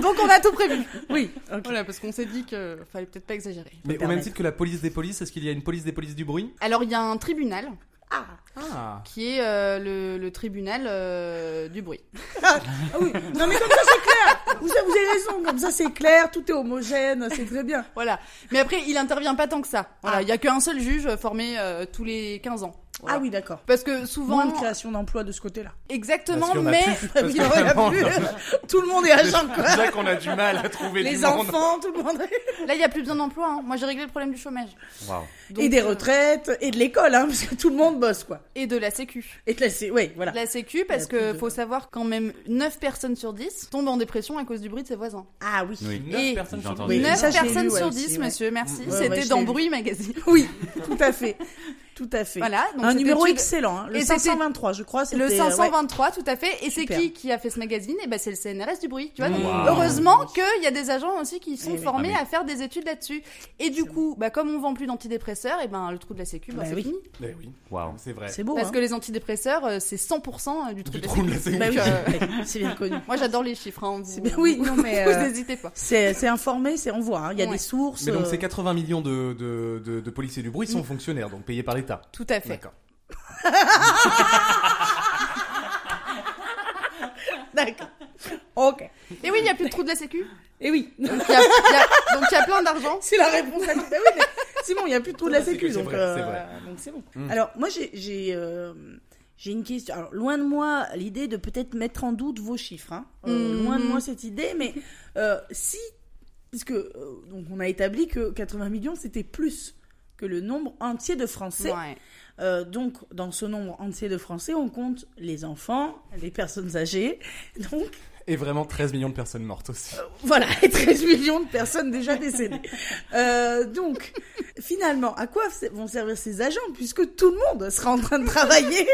Speaker 6: donc on a tout prévu.
Speaker 5: Oui, ok.
Speaker 6: Voilà, parce qu'on s'est dit qu'il fallait peut-être pas exagérer.
Speaker 4: Mais au même
Speaker 5: permettre.
Speaker 4: titre que la police des polices, est-ce qu'il y a une police des polices du bruit
Speaker 6: Alors il y a un tribunal
Speaker 4: Ah
Speaker 6: qui est euh, le, le tribunal euh, du bruit.
Speaker 5: ah Oui. Non, mais comme ça, c'est clair. Vous, vous avez raison. Comme ça, c'est clair. Tout est homogène. C'est très bien.
Speaker 6: Voilà. Mais après, il intervient pas tant que ça. Voilà,
Speaker 5: Ah.
Speaker 6: il y a qu'un seul juge formé euh, tous les 15 ans. Voilà.
Speaker 5: Ah oui, d'accord.
Speaker 6: Parce que souvent,
Speaker 5: Moins de création d'emplois de ce côté-là.
Speaker 6: exactement,
Speaker 4: Parce qu'il y en a
Speaker 6: mais
Speaker 4: plus. Parce
Speaker 6: il
Speaker 4: que
Speaker 6: y en a
Speaker 4: vraiment,
Speaker 6: plus.
Speaker 5: Tout le monde est agent, quoi.
Speaker 4: Déjà qu'on a du mal à trouver du
Speaker 5: Les
Speaker 4: monde.
Speaker 5: enfants, tout le monde.
Speaker 6: Là, il y a plus besoin d'emploi. hein. Moi, j'ai réglé le problème du chômage. Donc,
Speaker 5: et des
Speaker 6: euh,
Speaker 5: retraites, et de l'école, hein, parce que tout le monde bosse, quoi.
Speaker 6: Et de la sécu.
Speaker 5: Et de la, c'est- ouais, voilà.
Speaker 6: De la sécu, parce
Speaker 5: Il y a plus
Speaker 6: que
Speaker 5: de-
Speaker 6: faut savoir quand même 9 personnes sur 10 tombent en dépression à cause du bruit de ses voisins.
Speaker 5: Ah oui.
Speaker 7: Oui.
Speaker 4: Neuf
Speaker 6: Et-
Speaker 4: personnes
Speaker 7: J'ai
Speaker 4: sur
Speaker 7: entendu.
Speaker 4: le-
Speaker 5: Oui.
Speaker 6: 9
Speaker 5: ça, je l'ai
Speaker 6: personnes
Speaker 5: lu, ouais,
Speaker 6: sur
Speaker 5: aussi,
Speaker 6: 10,
Speaker 5: ouais.
Speaker 6: monsieur, merci.
Speaker 5: Ouais, ouais,
Speaker 6: C'était
Speaker 5: je
Speaker 6: dans
Speaker 5: l'ai lu.
Speaker 6: Bruit Magazine.
Speaker 5: Oui, tout à fait. Tout à fait.
Speaker 6: Voilà, donc
Speaker 5: un
Speaker 6: cette
Speaker 5: numéro
Speaker 6: étude-
Speaker 5: excellent, hein. le
Speaker 6: Et c'était-
Speaker 5: 523, je crois.
Speaker 6: Le
Speaker 5: c'était- euh,
Speaker 6: 523, tout à fait. Et c'est
Speaker 5: Super.
Speaker 6: qui qui a fait ce magazine Et ben c'est le CNRS du bruit. Tu vois. Donc,
Speaker 7: Wow.
Speaker 6: Heureusement qu'il y a des agents aussi qui sont
Speaker 5: Eh oui.
Speaker 6: formés
Speaker 7: Ah,
Speaker 6: à faire des études là-dessus. Et du coup, bah, comme on vend plus d'antidépresseurs, et ben le trou de la sécu, bah,
Speaker 5: Bah
Speaker 6: c'est
Speaker 5: oui.
Speaker 6: fini.
Speaker 4: Eh oui,
Speaker 7: Waouh.
Speaker 4: c'est vrai.
Speaker 5: ouais. C'est beau.
Speaker 6: Parce
Speaker 5: hein.
Speaker 6: que les antidépresseurs, euh, c'est 100% du trou
Speaker 4: Du
Speaker 6: de la
Speaker 4: trou
Speaker 6: sécu.
Speaker 4: de la sécu.
Speaker 5: Bah oui,
Speaker 6: euh,
Speaker 5: ouais, c'est bien connu.
Speaker 6: Moi, j'adore les chiffres. hein, vous-
Speaker 5: bien- oui, non, mais,
Speaker 6: vous
Speaker 5: euh,
Speaker 6: n'hésitez pas.
Speaker 5: C'est c'est informé, c'est on voit. hein. Il y a
Speaker 6: Ouais.
Speaker 5: des sources.
Speaker 4: Mais donc
Speaker 5: euh,
Speaker 4: ces 80 millions de, de, de, de policiers du bruit sont fonctionnaires, donc payés par l'État.
Speaker 6: Tout à fait.
Speaker 4: D'accord.
Speaker 5: D'accord. Ok.
Speaker 6: Et oui, il y a plus de trou de la sécu.
Speaker 5: Et oui.
Speaker 6: Donc il y a- il y a- donc, il y a plein d'argent.
Speaker 5: C'est la réponse à tout. Ah oui, mais c'est bon, il n'y a plus de trou de la
Speaker 4: C'est
Speaker 5: sécu.
Speaker 4: vrai, c'est
Speaker 5: Donc,
Speaker 4: vrai,
Speaker 5: euh,
Speaker 4: c'est vrai. Mm.
Speaker 5: donc c'est bon. Alors, moi, j'ai- j'ai euh, j'ai une question. Alors, loin de moi l'idée de peut-être mettre en doute vos chiffres. hein. Euh,
Speaker 6: Mhm.
Speaker 5: Loin de moi cette idée, mais euh, si. Parce que, euh, donc, on a établi que 80 millions, c'était plus que le nombre entier de Français.
Speaker 6: Ouais.
Speaker 5: Euh, donc, dans ce nombre entier de Français, on compte les enfants, les personnes âgées. Donc,
Speaker 4: Et vraiment 13 millions de personnes mortes aussi.
Speaker 5: voilà, et 13 millions de personnes déjà décédées. Euh, donc, finalement, à quoi se- vont servir ces agents puisque tout le monde sera en train de travailler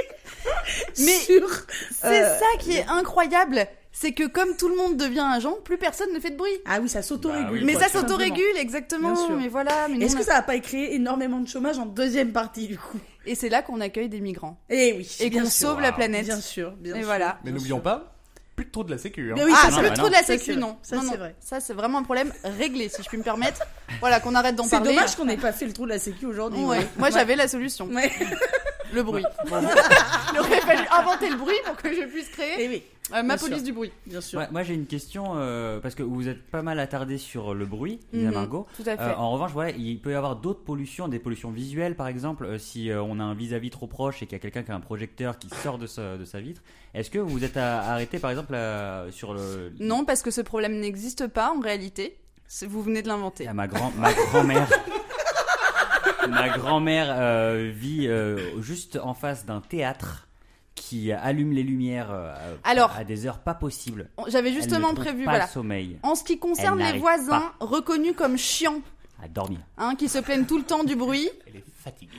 Speaker 6: Mais
Speaker 5: sur...
Speaker 6: C'est
Speaker 5: euh,
Speaker 6: ça qui est incroyable. C'est que comme tout le monde devient agent, plus personne ne fait de bruit.
Speaker 5: Ah oui, ça s'autorégule.
Speaker 4: Bah oui,
Speaker 6: Mais
Speaker 5: quoi,
Speaker 6: ça
Speaker 5: tout simplement.
Speaker 6: s'autorégule, exactement.
Speaker 5: Bien sûr.
Speaker 6: Mais voilà. Mais nous,
Speaker 5: Est-ce
Speaker 6: on
Speaker 5: que
Speaker 6: a-
Speaker 5: ça va pas créer énormément de chômage en deuxième partie du coup
Speaker 6: Et c'est là qu'on accueille des migrants.
Speaker 5: Eh oui.
Speaker 6: Et
Speaker 5: bien
Speaker 6: qu'on
Speaker 5: sûr.
Speaker 6: sauve la
Speaker 4: Wow.
Speaker 6: planète.
Speaker 5: Bien sûr, bien
Speaker 6: Et
Speaker 5: sûr.
Speaker 6: voilà.
Speaker 4: Mais
Speaker 5: bien
Speaker 4: n'oublions
Speaker 5: sûr.
Speaker 4: pas, plus de trop de la sécu. hein.
Speaker 5: Mais oui,
Speaker 6: Ah,
Speaker 5: ça,
Speaker 6: c'est
Speaker 5: c'est
Speaker 6: le
Speaker 5: vrai.
Speaker 6: trou de la
Speaker 5: Ça,
Speaker 6: sécu,
Speaker 5: c'est
Speaker 6: non.
Speaker 5: vrai. Ça,
Speaker 6: Non,
Speaker 5: c'est
Speaker 6: non.
Speaker 5: vrai.
Speaker 6: Ça, c'est vraiment un problème réglé, si je puis me permettre. Voilà, qu'on arrête d'en
Speaker 5: C'est
Speaker 6: parler.
Speaker 5: dommage qu'on n'ait pas fait le trou de la sécu aujourd'hui.
Speaker 6: Ouais.
Speaker 5: ouais.
Speaker 6: Moi, j'avais la solution.
Speaker 5: Ouais.
Speaker 6: Le bruit. Il aurait fallu inventer le bruit pour que je puisse créer
Speaker 5: Eh oui,
Speaker 6: euh, ma
Speaker 5: bien
Speaker 6: police
Speaker 5: sûr.
Speaker 6: du bruit.
Speaker 5: bien sûr.
Speaker 7: Moi, moi, j'ai une question euh, parce que vous êtes pas mal attardé sur le bruit, Lisa
Speaker 6: Mhm,
Speaker 7: Margot.
Speaker 6: tout à fait.
Speaker 7: Euh, en revanche, voilà, il peut y avoir d'autres pollutions, des pollutions visuelles par exemple, euh, si euh, on a un vis-à-vis trop proche et qu'il y a quelqu'un qui a un projecteur qui sort de, sa- de sa vitre. Est-ce que vous êtes à- arrêté par exemple à- sur le.
Speaker 6: Non, parce que ce problème n'existe pas en réalité. C'est- Vous venez de l'inventer.
Speaker 7: À ma, grand, ma grand-mère. ma grand-mère euh, vit euh, juste en face d'un théâtre qui allume les lumières euh, à-
Speaker 6: Alors,
Speaker 7: à des heures pas possibles.
Speaker 6: J'avais
Speaker 7: Elle ne
Speaker 6: justement
Speaker 7: trouve
Speaker 6: prévu,
Speaker 7: pas
Speaker 6: voilà.
Speaker 7: le sommeil
Speaker 6: En ce qui concerne
Speaker 7: Elle
Speaker 6: les
Speaker 7: n'arrive
Speaker 6: voisins reconnus comme chiants,
Speaker 7: à dormir.
Speaker 6: hein, qui se plaignent tout le temps du bruit,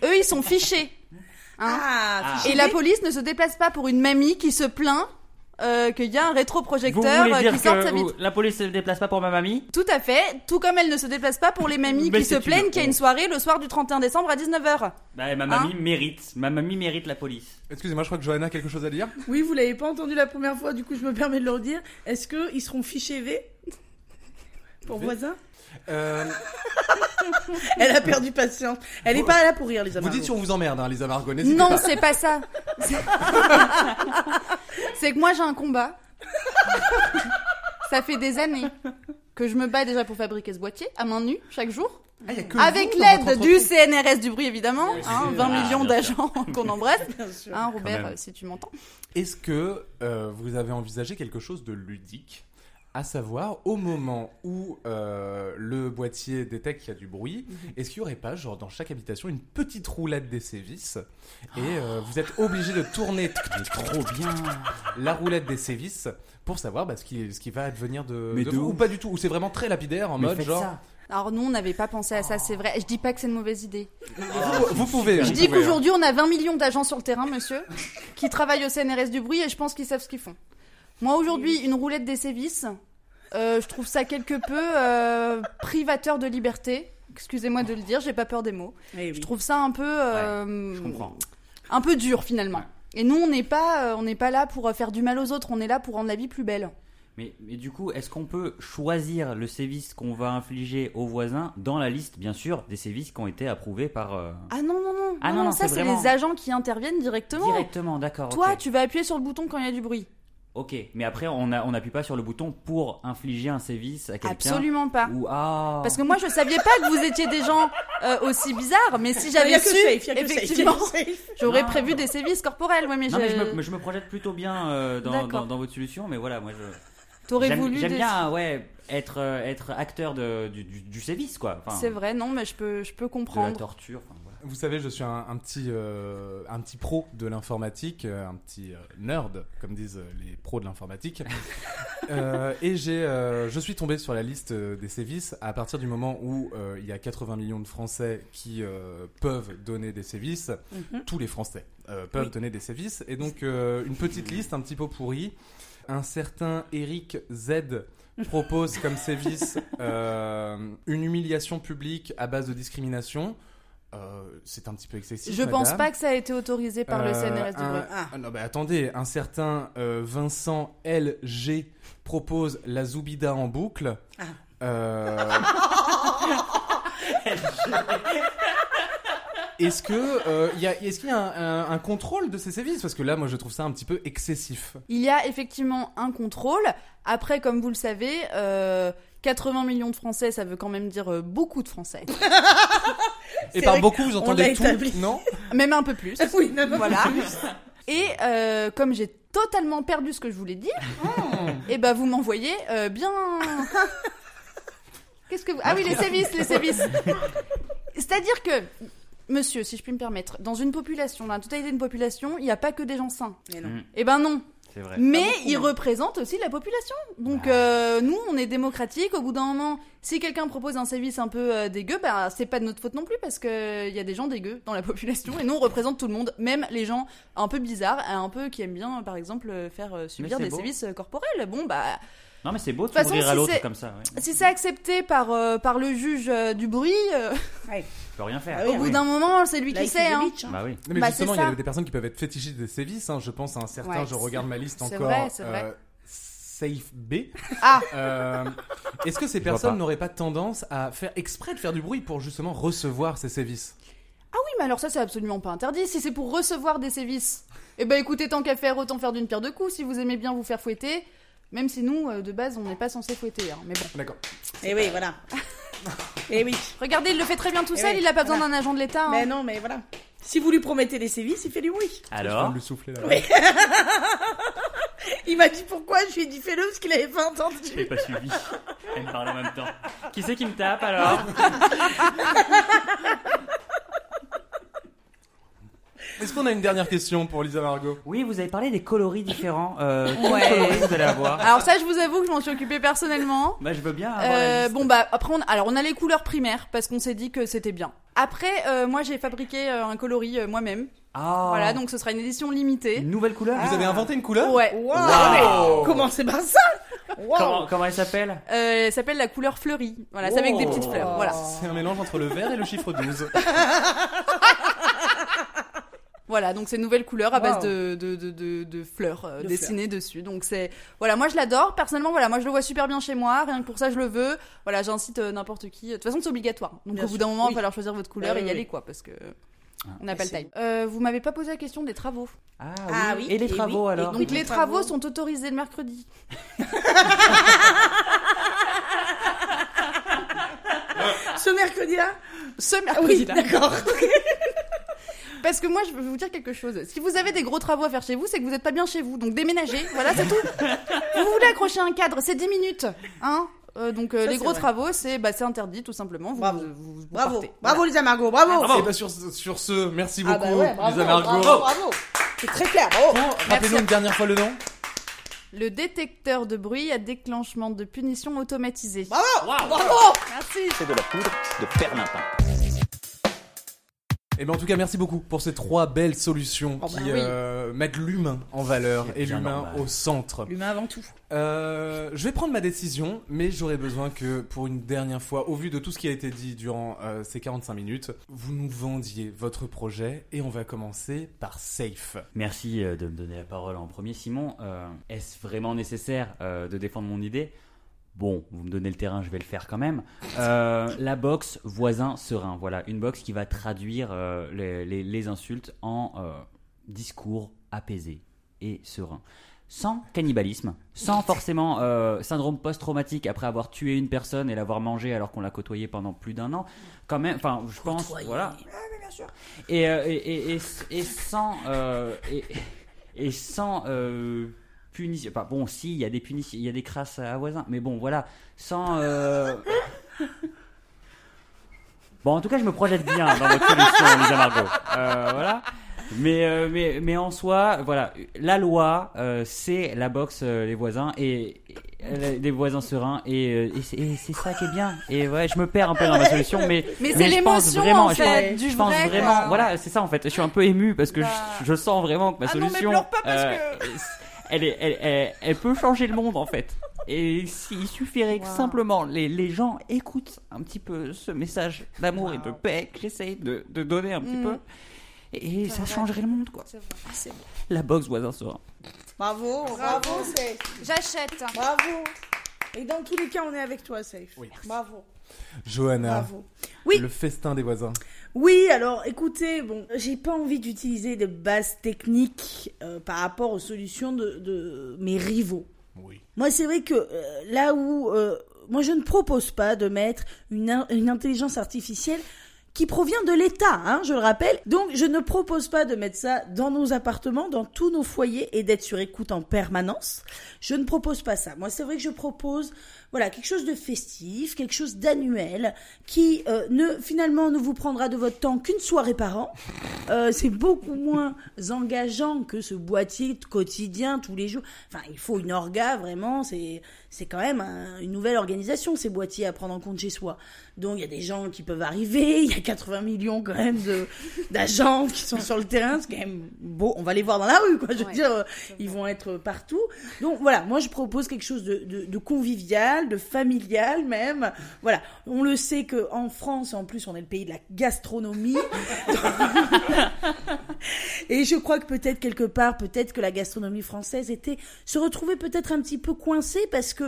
Speaker 6: eux, ils sont fichés. hein.
Speaker 5: Ah,
Speaker 6: Et la police ne se déplace pas pour une mamie qui se plaint euh, qu'il y a un rétroprojecteur
Speaker 7: voulez
Speaker 6: euh, qui sort de sa vitre.
Speaker 7: la police ne se déplace pas pour ma mamie
Speaker 6: Tout à fait, tout comme elle ne se déplace pas pour les mamies
Speaker 7: Mais
Speaker 6: qui se
Speaker 7: c'est une
Speaker 6: plaignent qu'il y a une
Speaker 7: honte.
Speaker 6: soirée le soir du 31 décembre à 19h.
Speaker 7: Bah, ma
Speaker 6: mamie
Speaker 7: mamie mérite. Ma mamie mérite la police.
Speaker 4: Excusez-moi, je crois que Johanna a quelque chose à dire.
Speaker 5: Oui, vous l'avez pas entendu la première fois, du coup je me permets de leur dire. Est-ce qu'ils seront fichés V pour
Speaker 4: V
Speaker 5: voisin
Speaker 4: Euh,
Speaker 5: Elle a perdu patience. Elle est
Speaker 4: Vous-
Speaker 5: pas là pour rire, les
Speaker 4: vous
Speaker 5: amis.
Speaker 4: dites si on vous emmerde, hein, Lisa Margot, n'hésitez
Speaker 6: Non,
Speaker 4: pas.
Speaker 6: c'est pas ça. C'est- C'est que moi j'ai un combat. Ça fait des années que je me bats déjà pour fabriquer ce boîtier à main nue chaque jour.
Speaker 4: Ah, il y a que
Speaker 6: Avec
Speaker 4: vous dans votre
Speaker 6: l'aide du
Speaker 4: entreprise.
Speaker 6: CNRS du bruit évidemment, hein, 20
Speaker 7: Ah,
Speaker 6: millions
Speaker 7: bien
Speaker 6: d'agents qu'on embrasse.
Speaker 5: Bien sûr.
Speaker 6: Hein,
Speaker 7: Quand
Speaker 6: Robert,
Speaker 7: même.
Speaker 6: si tu m'entends.
Speaker 4: Est-ce que euh, vous avez envisagé quelque chose de ludique à savoir, au moment où euh, le boîtier détecte qu'il y a du bruit,
Speaker 7: Mhm.
Speaker 4: est-ce qu'il n'y aurait pas, genre, dans chaque habitation, une petite roulette des sévices Et euh, vous êtes obligé de tourner
Speaker 7: Ah. Trop bien.
Speaker 4: la roulette des sévices pour savoir bah, ce, qui, ce qui va advenir de,
Speaker 7: Mais
Speaker 4: de
Speaker 7: de
Speaker 4: vous,
Speaker 7: ouf.
Speaker 4: ou pas du tout, ou c'est vraiment très lapidaire en
Speaker 7: Mais
Speaker 4: mode
Speaker 7: faites
Speaker 4: genre.
Speaker 7: ça.
Speaker 6: Alors nous on n'avait pas pensé à ça, c'est vrai. Je dis pas que c'est une mauvaise idée.
Speaker 4: Oh, Vous, vous pouvez.
Speaker 6: Je
Speaker 4: vous
Speaker 6: dis
Speaker 4: pouvez, hein.
Speaker 6: qu'aujourd'hui, on a 20 millions d'agents sur le terrain, monsieur, qui travaillent au CNRS du bruit et je pense qu'ils savent ce qu'ils font. Moi, aujourd'hui, une roulette des sévices, Euh, je trouve ça quelque peu euh, privateur de liberté. Excusez-moi de le dire, j'ai pas peur des mots.
Speaker 5: Eh oui.
Speaker 6: Je trouve ça un peu, euh,
Speaker 7: Je comprends.
Speaker 6: un peu dur finalement. Et nous, on n'est pas, euh, on n'est pas là pour euh, faire du mal aux autres. On est là pour rendre la vie plus belle.
Speaker 7: Mais, mais du coup, est-ce qu'on peut choisir le sévice qu'on va infliger aux voisins dans la liste, bien sûr, des sévices qui ont été approuvés par. euh,
Speaker 6: Ah non non non.
Speaker 7: Ah non, non,
Speaker 6: ça
Speaker 7: c'est
Speaker 6: c'est
Speaker 7: vraiment-
Speaker 6: les agents qui interviennent directement.
Speaker 7: Directement, d'accord.
Speaker 6: Toi,
Speaker 7: ok.
Speaker 6: tu vas appuyer sur le bouton quand il y a du bruit.
Speaker 7: Ok, mais après, on a- on n'appuie pas sur le bouton pour infliger un sévice à quelqu'un.
Speaker 6: Absolument pas.
Speaker 7: Ou ah.
Speaker 6: Parce que moi, je saviez pas que vous étiez des gens euh, aussi bizarres, mais si
Speaker 5: Ah, Il y
Speaker 6: j'avais
Speaker 5: a que
Speaker 6: su,
Speaker 5: safe, il y a que safe, il y a
Speaker 6: effectivement,
Speaker 5: que safe.
Speaker 6: j'aurais
Speaker 7: Non.
Speaker 6: prévu des sévices corporels. Ouais, mais,
Speaker 7: Non,
Speaker 6: je-
Speaker 7: mais je me, mais je me projette plutôt bien euh, dans,
Speaker 6: D'accord.
Speaker 7: dans, dans votre solution, mais voilà, moi je.
Speaker 6: t'aurais
Speaker 7: J'aime
Speaker 6: voulu.
Speaker 7: j'aime
Speaker 6: des-
Speaker 7: bien, ouais, être, euh, être acteur de, du, du, du sévice, quoi. Enfin,
Speaker 6: C'est vrai, non, mais je peux, je peux
Speaker 7: De la
Speaker 6: comprendre.
Speaker 7: torture. enfin, voilà.
Speaker 4: Vous savez, je suis un, un petit, euh, un petit pro de l'informatique, euh, un petit euh, nerd, comme disent euh, les pros de l'informatique. Euh, et j'ai, euh, je suis tombé sur la liste euh, des sévices à partir du moment où euh, il y a 80 millions de Français qui euh, peuvent donner des sévices.
Speaker 6: Mhm.
Speaker 4: Tous les Français euh, peuvent donner des sévices. Et donc, euh, une petite liste un petit peu pourrie. Un certain Eric Z propose comme sévice euh, une humiliation publique à base de discrimination. Euh, c'est un petit peu excessif.
Speaker 6: Je pense
Speaker 4: madame.
Speaker 6: pas que ça a été autorisé par le
Speaker 4: Euh,
Speaker 6: CNRS du
Speaker 4: un-
Speaker 6: Brésil.
Speaker 5: Ah.
Speaker 4: ah Non, mais attendez, un certain euh, Vincent LG propose la Zoubida en boucle.
Speaker 5: Ah.
Speaker 4: Euh, Est-ce que euh, il y a, est-ce qu'il y a un, un- un contrôle de ces sévices Parce que là, moi, je trouve ça un petit peu excessif.
Speaker 6: Il y a effectivement un contrôle. Après, comme vous le savez, euh, 80 millions de Français, ça veut quand même dire euh, beaucoup de Français.
Speaker 4: Et
Speaker 5: C'est
Speaker 4: par
Speaker 5: vrai
Speaker 4: beaucoup, vous
Speaker 5: l'a
Speaker 4: entendez tout,
Speaker 5: établi.
Speaker 4: non
Speaker 6: Même un peu plus.
Speaker 5: Oui, non, non,
Speaker 6: Voilà. Et euh, comme j'ai totalement perdu ce que je voulais dire, et ben vous m'envoyez euh, bien. Qu'est-ce que vous... Ah oui, les sévices, les sévices. C'est-à-dire que, monsieur, si je puis me permettre, dans une population, dans la totalité d'une population, il n'y a pas que des gens sains.
Speaker 5: Mais non.
Speaker 6: Eh ben non.
Speaker 7: C'est vrai.
Speaker 6: Mais ils représentent aussi la population. Donc euh, nous, on est démocratique. Au bout d'un moment, si quelqu'un propose un service un peu euh, dégueu, bah c'est pas de notre faute non plus parce que il y a des gens dégueux dans la population et nous on représente tout le monde, même les gens un peu bizarres, euh, un peu qui aiment bien par exemple euh, faire euh, subir
Speaker 7: c'est
Speaker 6: des
Speaker 7: beau.
Speaker 6: services euh, corporels. Bon bah
Speaker 7: Non, mais c'est beau de
Speaker 6: De toute
Speaker 7: s'ouvrir
Speaker 6: façon,
Speaker 7: à
Speaker 6: si
Speaker 7: l'autre
Speaker 6: c'est-
Speaker 7: comme ça. Ouais.
Speaker 6: si c'est accepté par euh, par le juge euh, du bruit, euh,
Speaker 7: Tu peux rien faire.
Speaker 5: Ah oui,
Speaker 6: au bout d'un moment, c'est lui
Speaker 5: Life
Speaker 6: qui
Speaker 5: is
Speaker 6: sait.
Speaker 5: a
Speaker 6: hein.
Speaker 5: bitch, hein.
Speaker 7: Bah oui.
Speaker 4: Non, mais
Speaker 6: Bah,
Speaker 4: justement,
Speaker 6: c'est
Speaker 4: il y a
Speaker 6: ça.
Speaker 4: des personnes qui peuvent être fétichistes des sévices. hein. Je pense à un certain,
Speaker 6: Ouais,
Speaker 4: je
Speaker 6: c'est-
Speaker 4: regarde ma liste
Speaker 6: c'est
Speaker 4: encore,
Speaker 6: vrai, c'est vrai.
Speaker 4: euh, Safe B.
Speaker 6: Ah.
Speaker 4: Euh, Est-ce que ces
Speaker 7: vois
Speaker 4: personnes
Speaker 7: pas.
Speaker 4: n'auraient pas tendance à faire exprès de faire du bruit pour justement recevoir ces sévices
Speaker 6: Ah oui, mais alors ça, c'est absolument pas interdit. Si c'est pour recevoir des sévices, eh ben écoutez, tant qu'à faire, autant faire d'une pierre deux coups. Si vous aimez bien vous faire fouetter, même si nous, euh, de base, on n'est pas censé fouetter. hein, Mais bon.
Speaker 4: D'accord.
Speaker 5: Et Eh oui, voilà. Et oui.
Speaker 6: Regardez, il le fait très bien tout
Speaker 5: Eh
Speaker 6: seul,
Speaker 5: oui,
Speaker 6: il a pas besoin
Speaker 5: voilà.
Speaker 6: d'un agent de l'État. hein.
Speaker 5: Mais non, mais voilà. Si vous lui promettez des sévices, il fait du bruit.
Speaker 4: Je viens
Speaker 7: Alors,
Speaker 4: de le souffler là.
Speaker 5: Il m'a dit pourquoi, je lui ai dit fais-le parce qu'il avait pas entendu.
Speaker 7: j'ai pas suivi. Elle me parle en même temps. Qui c'est qui me tape alors
Speaker 4: Est-ce qu'on a une dernière question pour Lisa Margot
Speaker 7: Oui, vous avez parlé des coloris différents. Euh,
Speaker 6: Ouais.
Speaker 7: Quels coloris vous allez avoir
Speaker 6: Alors ça, je vous avoue que je m'en suis occupée personnellement.
Speaker 7: Bah, je veux
Speaker 5: Ah,
Speaker 7: bien. Avoir la
Speaker 6: Euh,
Speaker 7: liste.
Speaker 6: bon bah après on alors on a les couleurs primaires parce qu'on s'est dit que c'était bien. Après euh, moi j'ai fabriqué euh, un coloris euh, moi-même.
Speaker 5: Oh.
Speaker 7: Ah.
Speaker 6: Voilà donc ce sera une édition limitée.
Speaker 7: Une nouvelle couleur.
Speaker 4: Vous avez inventé une couleur
Speaker 6: Ah. Ouais.
Speaker 5: Wow. Comment c'est pas ça Wow.
Speaker 7: Ah. Comment, comment elle s'appelle
Speaker 6: Euh, elle s'appelle la couleur fleurie. Voilà, c'est avec des petites fleurs. Voilà.
Speaker 4: Oh.
Speaker 6: Ah,
Speaker 4: C'est un mélange entre le vert et le chiffre 12.
Speaker 6: Voilà, donc c'est une nouvelle couleur à
Speaker 5: Wow.
Speaker 6: base de, de, de, de, de fleurs euh,
Speaker 5: De
Speaker 6: dessinées dessus. Donc c'est voilà, moi je l'adore. Personnellement, voilà, moi je le vois super bien chez moi. Rien que pour ça, je le veux. Voilà, j'incite euh, n'importe qui. De toute façon, c'est obligatoire. Donc
Speaker 5: Bien
Speaker 6: au bout
Speaker 5: sûr,
Speaker 6: d'un moment,
Speaker 5: oui.
Speaker 6: il va falloir choisir votre couleur
Speaker 5: Bah
Speaker 6: et
Speaker 5: oui,
Speaker 6: y aller
Speaker 5: oui.
Speaker 6: quoi, parce que on n'a pas le
Speaker 5: c'est
Speaker 6: time. Euh, vous m'avez pas posé la question des travaux.
Speaker 7: ah, oui.
Speaker 5: Ah oui,
Speaker 7: Et les
Speaker 5: et
Speaker 7: travaux
Speaker 5: oui, et
Speaker 7: alors
Speaker 6: Donc les travaux sont autorisés le mercredi.
Speaker 5: Ce mercredi-là
Speaker 6: Ce
Speaker 5: Oui,
Speaker 6: mercredi.
Speaker 5: d'accord.
Speaker 6: Parce que moi, je veux vous dire quelque chose. Si vous avez des gros travaux à faire chez vous, c'est que vous n'êtes pas bien chez vous. Donc déménagez, voilà, c'est tout. vous voulez accrocher un cadre, c'est 10 minutes. Hein Euh, donc euh,
Speaker 5: Ça,
Speaker 6: les
Speaker 5: c'est
Speaker 6: gros
Speaker 5: vrai.
Speaker 6: travaux, c'est bah, c'est interdit tout simplement. Vous,
Speaker 5: Bravo.
Speaker 6: vous- vous- vous
Speaker 5: Bravo.
Speaker 6: partez.
Speaker 5: Bravo, Lisa Margot, bravo.
Speaker 4: Et bah sur, ce- sur ce, merci beaucoup
Speaker 5: Ah bah ouais, bravo,
Speaker 4: Lisa Margot.
Speaker 5: bravo, bravo. C'est très clair, bravo.
Speaker 4: Bon, Rappelez-nous une dernière fois le nom.
Speaker 6: Le détecteur de bruit à déclenchement de punition automatisée.
Speaker 5: Bravo.
Speaker 7: Waouh.
Speaker 5: Bravo.
Speaker 6: Merci.
Speaker 9: C'est de la poudre de perlimpin.
Speaker 4: Et ben en tout cas, merci beaucoup pour ces trois belles solutions
Speaker 5: Oh,
Speaker 4: qui
Speaker 5: bah oui.
Speaker 4: euh, mettent l'humain en valeur
Speaker 7: C'est
Speaker 4: et
Speaker 7: bien
Speaker 4: l'humain
Speaker 7: normal.
Speaker 4: au centre.
Speaker 5: L'humain avant tout.
Speaker 4: Euh, je vais prendre ma décision, mais j'aurais besoin que, pour une dernière fois, au vu de tout ce qui a été dit durant euh, ces 45 minutes, vous nous vendiez votre projet et on va commencer par Safe.
Speaker 7: Merci euh, de me donner la parole en premier, Simon. Euh, Est-ce vraiment nécessaire euh, de défendre mon idée Bon, vous me donnez le terrain, je vais le faire quand même. Euh, la box voisin serein, voilà, une box qui va traduire euh, les, les- les insultes en euh, discours apaisé et serein. Sans cannibalisme, sans forcément euh, syndrome post-traumatique après avoir tué une personne et l'avoir mangée alors qu'on l'a côtoyée pendant plus d'un an. Quand même, enfin, je pense, voilà, et, euh, et, et, et, et sans euh, et, et sans euh, punition. Enfin bon, si il y a des punitions, il y a des crasses à voisins, mais bon voilà, sans. euh, Bon, en tout cas, je me projette bien dans votre solution, Lisa Margot. Euh, voilà. Mais, euh, mais, mais en soi, voilà, la loi, euh, c'est la boxe, euh, les voisins, et, et- les voisins sereins, et, euh, et c'est- et c'est ça qui est bien. Et ouais, je me perds un peu dans ma solution, mais.
Speaker 6: Mais c'est
Speaker 7: je pense
Speaker 6: l'émotion,
Speaker 7: vraiment-
Speaker 6: en
Speaker 7: je
Speaker 6: fait,
Speaker 7: pense-
Speaker 6: du
Speaker 7: je pense
Speaker 6: vrai, quoi.
Speaker 7: vraiment, voilà, euh, c'est ça en fait. Je suis un peu ému parce que
Speaker 6: Bah.
Speaker 7: je, je sens vraiment que ma
Speaker 6: Ah non, mais
Speaker 7: solution, euh,
Speaker 6: pleure pas parce que-
Speaker 7: elle, est- elle, elle- elle peut changer le monde en fait. Et s'il suffirait que
Speaker 6: Wow.
Speaker 7: simplement les, les gens écoutent un petit peu ce message d'amour et de paix que j'essaye de, de donner un petit
Speaker 6: Mm.
Speaker 7: peu, et ça
Speaker 6: vrai.
Speaker 7: changerait le monde quoi.
Speaker 6: C'est vrai.
Speaker 7: La box voisin serein.
Speaker 5: Bravo, bravo, Safe.
Speaker 6: J'achète.
Speaker 5: Bravo. Et dans tous les cas, on est avec toi, Safe.
Speaker 4: Oui. Ah.
Speaker 5: Bravo,
Speaker 4: Johanna,
Speaker 5: bravo. Oui.
Speaker 4: le festin des voisins.
Speaker 5: Oui, alors écoutez, bon, j'ai pas envie d'utiliser de bases techniques euh, par rapport aux solutions de, de mes rivaux.
Speaker 4: Oui.
Speaker 5: Moi, c'est vrai que euh, là où euh, moi je ne propose pas de mettre une, in- une intelligence artificielle qui provient de l'État, hein, je le rappelle. Donc, je ne propose pas de mettre ça dans nos appartements, dans tous nos foyers et d'être sur écoute en permanence. Je ne propose pas ça. Moi, c'est vrai que je propose, voilà, quelque chose de festif, quelque chose d'annuel, qui euh, ne finalement ne vous prendra de votre temps qu'une soirée par an. Euh, c'est beaucoup moins engageant que ce boîtier de quotidien tous les jours. Enfin, il faut une orga vraiment. C'est c'est quand même un- une nouvelle organisation ces boîtiers à prendre en compte chez soi. Donc il y a des gens qui peuvent arriver. Il y a 80 millions quand même de d'agents qui sont sur le terrain. C'est quand même beau. On va les voir dans la rue, quoi. Je veux
Speaker 6: Ouais.
Speaker 5: dire, euh, ils vont être partout. Donc voilà, moi je propose quelque chose de, de- de convivial, de familial même. Voilà, on le sait que en France, en plus, on est le pays de la gastronomie. Et je crois que peut-être quelque part, peut-être que la gastronomie française était se retrouvait peut-être un petit peu coincée parce que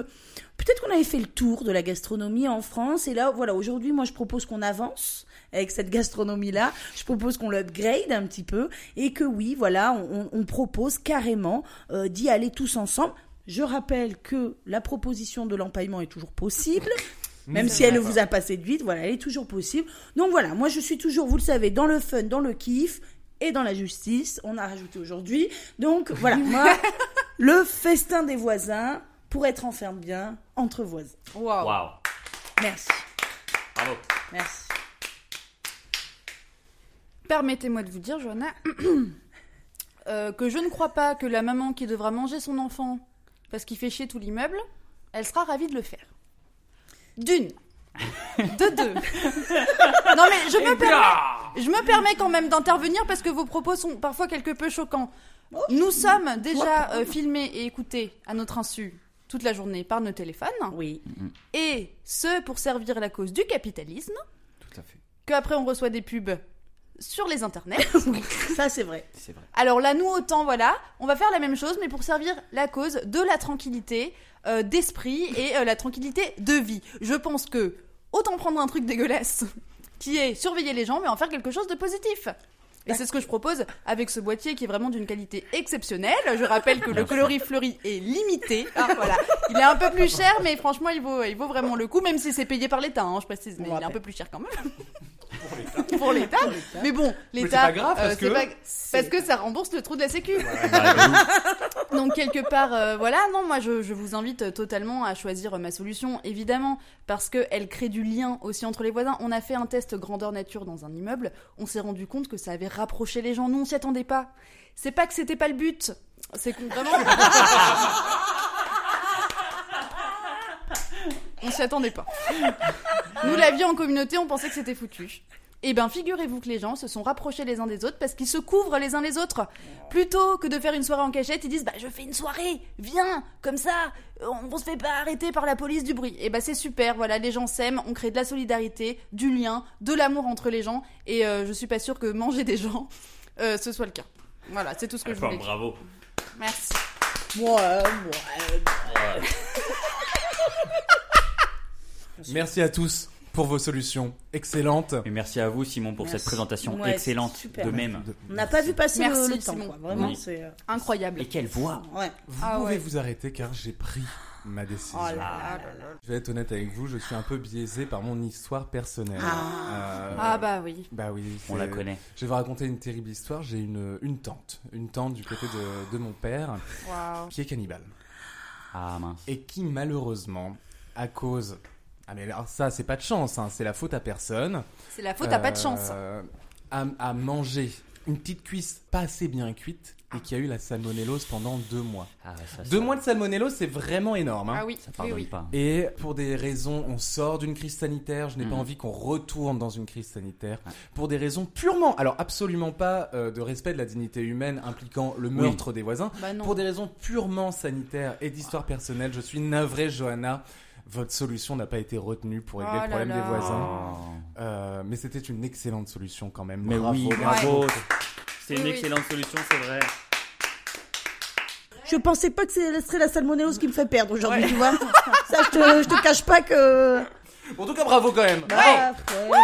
Speaker 5: peut-être qu'on avait fait le tour de la gastronomie en France et là voilà aujourd'hui moi je propose qu'on avance avec cette gastronomie là, je propose qu'on l'upgrade un petit peu et que oui voilà on, on- on propose carrément euh, d'y aller tous ensemble. Je rappelle que la proposition de l'empaillement est toujours possible. Même si elle ne vous a pas séduite, voilà, elle est toujours possible. Donc voilà, moi je suis toujours, vous le savez, dans le fun, dans le kiff et dans la justice. On a rajouté aujourd'hui. Donc voilà, moi, le festin des voisins pour être enferme bien entre voisins.
Speaker 6: Waouh.
Speaker 7: Waouh.
Speaker 5: Merci.
Speaker 7: Bravo.
Speaker 5: Merci.
Speaker 6: Permettez-moi de vous dire, Johanna, euh, que je ne crois pas que la maman qui devra manger son enfant parce qu'il fait chier tout l'immeuble, elle sera ravie de le faire. D'une. De deux. non mais je me,
Speaker 7: Ah.
Speaker 6: permets, je me permets quand même d'intervenir parce que vos propos sont parfois quelque peu choquants. Nous sommes déjà euh, filmés et écoutés à notre insu toute la journée par nos téléphones,
Speaker 5: Oui.
Speaker 6: et ce pour servir la cause du capitalisme,
Speaker 7: Tout à fait.
Speaker 6: qu'après on reçoit des pubs sur les internets.
Speaker 5: Ça c'est vrai.
Speaker 7: C'est vrai.
Speaker 6: Alors là, nous, autant, voilà, on va faire la même chose, mais pour servir la cause de la tranquillité euh, d'esprit et euh, la tranquillité de vie. Je pense que autant prendre un truc dégueulasse qui est surveiller les gens, mais en faire quelque chose de positif. Et c'est ce que je propose avec ce boîtier qui est vraiment d'une qualité exceptionnelle. Je rappelle que le coloris fleuri est limité. Ah, voilà. Il est un peu plus cher, mais franchement, il vaut, il vaut vraiment le coup, même si c'est payé par l'État, hein, je précise. Mais
Speaker 5: On
Speaker 6: il est un
Speaker 5: rappelle.
Speaker 6: peu plus cher quand même. Pour l'État. Mais bon, l'État. euh,
Speaker 4: pas grave, parce
Speaker 6: c'est
Speaker 4: que-
Speaker 6: pas- parce que ça rembourse le trou de la sécu.
Speaker 7: Ah,
Speaker 6: Donc quelque part, euh, voilà, non, moi je, je vous invite totalement à choisir euh, ma solution, évidemment, parce que elle crée du lien aussi entre les voisins. On a fait un test grandeur nature dans un immeuble, on s'est rendu compte que ça avait rapproché les gens. Nous, on s'y attendait pas. C'est pas que c'était pas le but, c'est qu'on vraiment. On s'y attendait pas. Nous, la vie en communauté, on pensait que c'était foutu. Eh bien, figurez-vous que les gens se sont rapprochés les uns des autres parce qu'ils se couvrent les uns les autres. Plutôt que de faire une soirée en cachette, ils disent Bah, je fais une soirée, viens, comme ça, euh, on se fait pas arrêter par la police du bruit. Eh ben, c'est super, voilà, les gens s'aiment, on crée de la solidarité, du lien, de l'amour entre les gens, et euh, je suis pas sûre que manger des gens, euh, ce soit le cas. Voilà, c'est tout ce que je voulais. dire.
Speaker 7: bravo.
Speaker 6: Merci.
Speaker 5: Moi, euh, moi, euh,
Speaker 4: Merci à tous pour vos solutions excellentes.
Speaker 7: Et merci à vous, Simon, pour
Speaker 5: Merci.
Speaker 7: cette présentation
Speaker 5: Ouais,
Speaker 7: excellente
Speaker 5: super.
Speaker 7: de même.
Speaker 5: on n'a pas vu passer le-
Speaker 6: Merci,
Speaker 5: le, temps,
Speaker 6: Simon.
Speaker 5: quoi. Vraiment,
Speaker 7: Oui.
Speaker 5: c'est. euh,
Speaker 6: Incroyable.
Speaker 7: Et quelle voix
Speaker 5: ouais.
Speaker 4: Vous
Speaker 6: Ah
Speaker 4: pouvez
Speaker 6: ouais.
Speaker 4: vous arrêter car j'ai pris ma décision.
Speaker 5: Oh là là là là.
Speaker 4: Je vais être honnête avec vous, je suis un peu biaisé par mon histoire personnelle. Euh,
Speaker 6: Ah, bah oui.
Speaker 4: Bah oui.
Speaker 7: On la
Speaker 4: c'est-
Speaker 7: connaît.
Speaker 4: Je vais vous raconter une terrible histoire. J'ai une, une tante, une tante du côté de, de mon père,
Speaker 6: Waouh.
Speaker 4: qui est cannibale.
Speaker 7: Ah mince.
Speaker 4: Et qui, malheureusement, à cause. Ah, mais alors ça, c'est pas de chance, hein, c'est la faute à personne.
Speaker 6: C'est la faute à pas de
Speaker 4: Euh,
Speaker 6: chance.
Speaker 4: À, à manger une petite cuisse pas assez bien cuite et qui a eu la salmonellose pendant deux mois.
Speaker 7: Ah, ouais, ça,
Speaker 4: Deux
Speaker 7: ça-
Speaker 4: mois de salmonellose, c'est vraiment énorme. hein.
Speaker 6: Ah oui,
Speaker 7: Ça
Speaker 6: oui,
Speaker 7: pardonne
Speaker 6: oui.
Speaker 7: pas.
Speaker 4: Et pour des raisons, on sort d'une crise sanitaire, je n'ai pas
Speaker 7: Mhm. Ah.
Speaker 4: envie qu'on retourne dans une crise sanitaire, pour des raisons purement, alors absolument pas euh, de respect de la dignité humaine impliquant le meurtre des voisins,
Speaker 6: Bah non.
Speaker 4: pour des raisons purement sanitaires et d'histoire
Speaker 7: Ah.
Speaker 4: personnelle, je suis navré Johanna, votre solution n'a pas été retenue pour régler
Speaker 6: Oh
Speaker 4: le
Speaker 6: là
Speaker 4: problème
Speaker 6: là.
Speaker 4: des voisins,
Speaker 7: Oh.
Speaker 4: Euh, mais c'était une excellente solution quand même.
Speaker 7: Mais
Speaker 4: Bravo,
Speaker 7: oui,
Speaker 4: bravo.
Speaker 7: bravo. C'est
Speaker 6: Oui,
Speaker 7: une
Speaker 6: oui.
Speaker 7: excellente solution, c'est vrai.
Speaker 5: Je pensais pas que ce serait la salmonellose qui me fait perdre aujourd'hui, tu vois. Ça, je te, je te cache pas que.
Speaker 4: En tout cas, bravo quand même.
Speaker 5: Bah, ouais,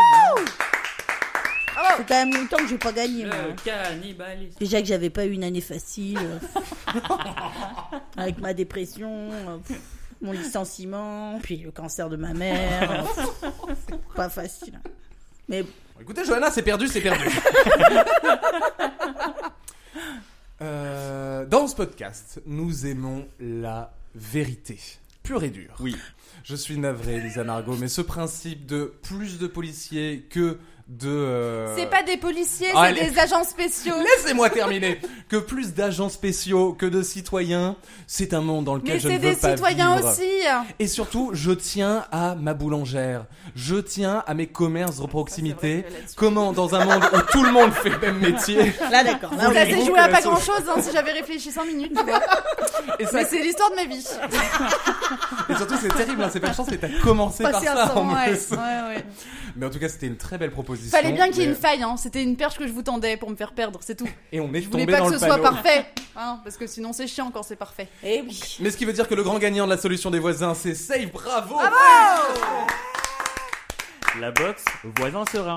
Speaker 5: C'est quand même longtemps que j'ai pas gagné. moi.
Speaker 7: cannibaliste.
Speaker 5: Déjà que j'avais pas eu une année facile. euh, avec ma dépression, euh, pff, mon licenciement, puis le cancer de ma mère. euh, pas facile. Mais
Speaker 4: Écoutez, Johanna, c'est perdu, c'est perdu. Euh, dans ce podcast, nous aimons la vérité, pure et dure.
Speaker 7: Oui.
Speaker 4: Je suis navré, Lisa Margot, mais ce principe de plus de policiers que de... euh,
Speaker 6: C'est pas des policiers,
Speaker 4: Ah,
Speaker 6: c'est
Speaker 4: elle-
Speaker 6: des agents spéciaux.
Speaker 4: Laissez-moi terminer Que plus d'agents spéciaux que de citoyens, c'est un monde dans lequel
Speaker 6: Mais
Speaker 4: je ne
Speaker 6: c'est
Speaker 4: veux
Speaker 6: des
Speaker 4: pas
Speaker 6: citoyens
Speaker 4: vivre. Ah,
Speaker 6: aussi.
Speaker 4: Et surtout, je tiens à ma boulangère. Je tiens à mes commerces de proximité.
Speaker 6: Ah,
Speaker 4: Comment, dans un monde où tout le monde fait le même métier,
Speaker 5: là, d'accord. là,
Speaker 6: Ça
Speaker 5: on est-
Speaker 6: s'est
Speaker 4: vous
Speaker 6: joué à
Speaker 4: que
Speaker 6: pas
Speaker 4: la
Speaker 6: grand chose si j'avais réfléchi 5 minutes, tu vois.
Speaker 4: et, ça,
Speaker 6: Mais c'est l'histoire de ma vie.
Speaker 4: et surtout c'est terrible, hein, c'est pas de chance, mais t'as commencé par
Speaker 6: Passer un
Speaker 4: ça en
Speaker 6: sang, ouais.
Speaker 4: plus.
Speaker 6: ouais, ouais.
Speaker 4: Mais en tout cas, c'était une très belle proposition.
Speaker 6: Fallait bien qu'il y ait
Speaker 4: mais-
Speaker 6: une faille, hein. C'était une perche que je vous tendais pour me faire perdre, c'est tout.
Speaker 4: Et on est
Speaker 6: Je
Speaker 4: tombé
Speaker 6: voulais pas
Speaker 4: dans
Speaker 6: que
Speaker 4: le
Speaker 6: ce soit
Speaker 4: panneau.
Speaker 6: parfait, hein, parce que sinon c'est chiant quand c'est parfait.
Speaker 5: Eh oui.
Speaker 4: Mais ce qui veut dire que le grand gagnant de la solution des voisins, c'est Save, bravo
Speaker 6: Ah
Speaker 7: La boxe, voisin serein.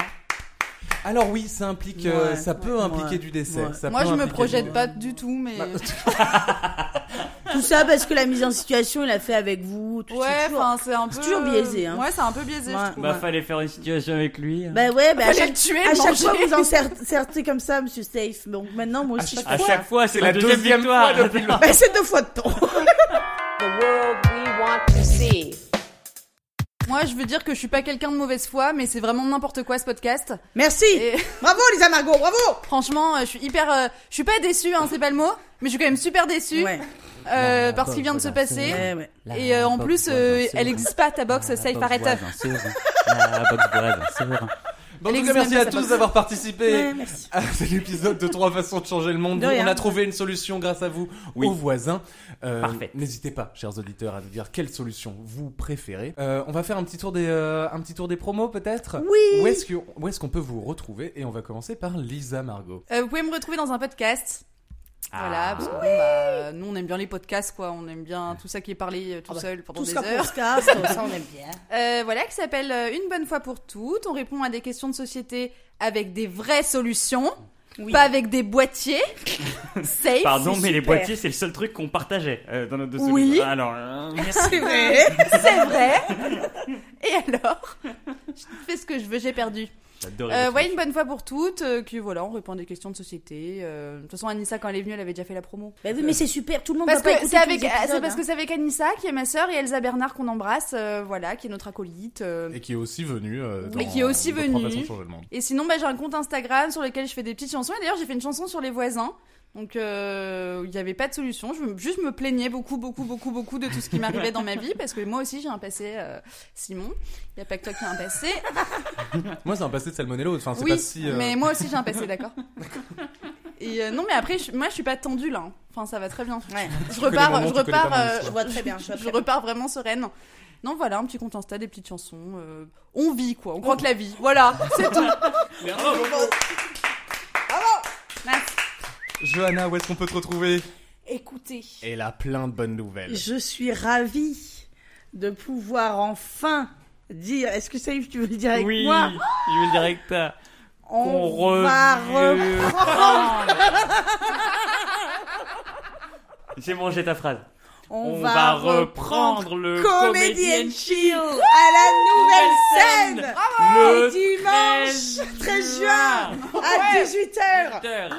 Speaker 4: Alors oui, ça implique, euh,
Speaker 5: Ouais,
Speaker 4: ça peut
Speaker 5: ouais,
Speaker 4: impliquer
Speaker 5: ouais,
Speaker 4: du décès.
Speaker 5: ouais.
Speaker 4: ça
Speaker 6: Moi
Speaker 4: peut
Speaker 6: je me
Speaker 4: impliquer
Speaker 6: projette
Speaker 4: du- Bah,
Speaker 6: pas du tout, mais.
Speaker 5: Tout ça parce que la mise en situation, il l'a fait avec vous. Tout
Speaker 6: Ouais,
Speaker 5: c'est toujours-
Speaker 6: enfin c'est un peu.
Speaker 5: toujours biaisé, hein.
Speaker 6: Ouais, c'est un peu biaisé,
Speaker 5: Ouais.
Speaker 6: je trouve.
Speaker 7: Bah fallait faire une situation avec lui.
Speaker 5: Bah ouais, bah à
Speaker 6: Fallait le
Speaker 5: chaque,
Speaker 6: tuer,
Speaker 5: à chaque
Speaker 6: manger.
Speaker 5: fois vous en ser- sertez comme ça, monsieur Safe. Donc maintenant, moi aussi, je
Speaker 7: à
Speaker 5: fais-
Speaker 7: chaque fois, c'est la deuxième, victoire.
Speaker 5: Bah, c'est deux fois de temps.
Speaker 10: The world we want to see.
Speaker 6: Moi je veux dire que je suis pas quelqu'un de mauvaise foi, mais c'est vraiment n'importe quoi ce podcast.
Speaker 5: Merci.
Speaker 6: Et-
Speaker 5: Bravo, Lisa Margot, bravo.
Speaker 6: Franchement, euh, je suis hyper. euh, je suis pas déçue, hein, c'est pas le mot, mais je suis quand même super déçue
Speaker 5: Ouais,
Speaker 6: euh, parce qu'il vient de se passer.
Speaker 5: ouais, ouais.
Speaker 6: Et euh, en plus, euh, elle n'existe pas ta box safe, arrête.
Speaker 7: La boxe voisin serein.
Speaker 4: Bon, en
Speaker 6: Elle
Speaker 4: tout cas,
Speaker 6: existe
Speaker 4: merci
Speaker 6: même
Speaker 4: à
Speaker 6: pas,
Speaker 4: tous
Speaker 6: ça
Speaker 4: d'avoir participé
Speaker 5: Ouais, merci.
Speaker 4: à cet épisode Ah, de Trois façons de changer le monde.
Speaker 5: De
Speaker 4: Vous,
Speaker 5: rien.
Speaker 4: On a trouvé une solution grâce à vous,
Speaker 7: Oui.
Speaker 4: aux voisins. Euh,
Speaker 7: Parfait.
Speaker 4: N'hésitez pas, chers auditeurs, à nous dire quelle solution vous préférez. Euh, on va faire un petit tour des, euh, un petit tour des promos peut-être.
Speaker 5: Oui.
Speaker 4: Où est-ce que- où est-ce qu'on peut vous retrouver Et on va commencer par Lisa Margot.
Speaker 6: Euh, vous pouvez me retrouver dans un podcast. Voilà, parce que bon, bah, nous on aime bien les podcasts, quoi. On aime bien tout ça qui est parlé euh, tout
Speaker 5: Ah bah,
Speaker 6: seul pendant
Speaker 5: Tout
Speaker 6: des
Speaker 5: ça qu'on
Speaker 6: heures.
Speaker 5: se casse, ça on aime bien.
Speaker 6: Euh, voilà, qui s'appelle euh, Une bonne fois pour toutes. On répond à des questions de société avec des vraies solutions,
Speaker 5: Oui.
Speaker 6: pas avec des boîtiers. safe.
Speaker 7: Pardon, mais les
Speaker 5: super.
Speaker 7: boîtiers, c'est le seul truc qu'on partageait euh, dans notre dossier.
Speaker 6: Oui.
Speaker 7: Alors, euh, merci.
Speaker 5: C'est vrai.
Speaker 6: C'est vrai. Et alors Je fais ce que je veux, j'ai perdu.
Speaker 7: J'adorais
Speaker 6: Euh,
Speaker 7: votre
Speaker 6: ouais, une bonne fois pour toutes. euh, que voilà, on répond à des questions de société. euh, de toute façon, Anissa, quand elle est venue, elle avait déjà fait la promo.
Speaker 5: Bah oui, mais c'est super, tout le monde
Speaker 6: Parce
Speaker 5: va pas
Speaker 6: que
Speaker 5: écouter
Speaker 6: c'est
Speaker 5: tous
Speaker 6: avec, euh,
Speaker 5: les épisodes,
Speaker 6: c'est parce
Speaker 5: hein.
Speaker 6: que c'est avec Anissa qui est ma sœur et Elsa Bernard qu'on embrasse, euh, voilà, qui est notre acolyte. euh.
Speaker 4: Et qui est aussi venue. euh,
Speaker 6: Oui,
Speaker 4: dans-
Speaker 6: qui est aussi
Speaker 4: dans
Speaker 6: venue.
Speaker 4: Trois façons de changer le monde.
Speaker 6: Et sinon, bah, j'ai un compte Instagram sur lequel je fais des petites chansons. Et d'ailleurs, j'ai fait une chanson sur les voisins. Donc euh, il n'y avait pas de solution. Je me- juste me plaignais beaucoup, beaucoup, beaucoup, beaucoup de tout ce qui m'arrivait dans ma vie parce que moi aussi j'ai un passé, euh, Simon. Il n'y a pas que toi qui as un passé.
Speaker 4: Moi, c'est un passé de salmonellose. Enfin, Ah, c'est
Speaker 6: Oui,
Speaker 4: pas si. euh,
Speaker 6: mais moi aussi j'ai un passé, d'accord. Et euh, non, mais après, je- moi je suis pas tendue là. hein. Enfin, ça va très bien.
Speaker 5: Ouais.
Speaker 6: Je
Speaker 4: connais
Speaker 6: repars,
Speaker 4: mon nom,
Speaker 6: je
Speaker 4: tu connais pas
Speaker 6: repars,
Speaker 4: mon
Speaker 6: euh,
Speaker 4: histoire.
Speaker 5: Je vois très bien, je vois très
Speaker 6: je repars vraiment sereine. Non, voilà, un petit compte Insta, des petites chansons. euh, on vit quoi, on
Speaker 4: Oh.
Speaker 6: croit que la vie. Voilà, c'est tout. Merci.
Speaker 4: Johanna, où est-ce qu'on peut te retrouver
Speaker 5: Écoutez.
Speaker 4: Elle a plein de bonnes nouvelles.
Speaker 5: Je suis ravie de pouvoir enfin dire. Est-ce que Saïf, tu veux le dire avec
Speaker 7: oui,
Speaker 5: moi
Speaker 7: je veux le directeur.
Speaker 5: On
Speaker 7: qu'on
Speaker 5: va
Speaker 7: revienne.
Speaker 5: reprendre.
Speaker 7: J'ai mangé ta phrase.
Speaker 5: On,
Speaker 7: le
Speaker 5: Comédienne Chill à la nouvelle scène
Speaker 7: Le
Speaker 5: Oh, dimanche 13 juin à 18h.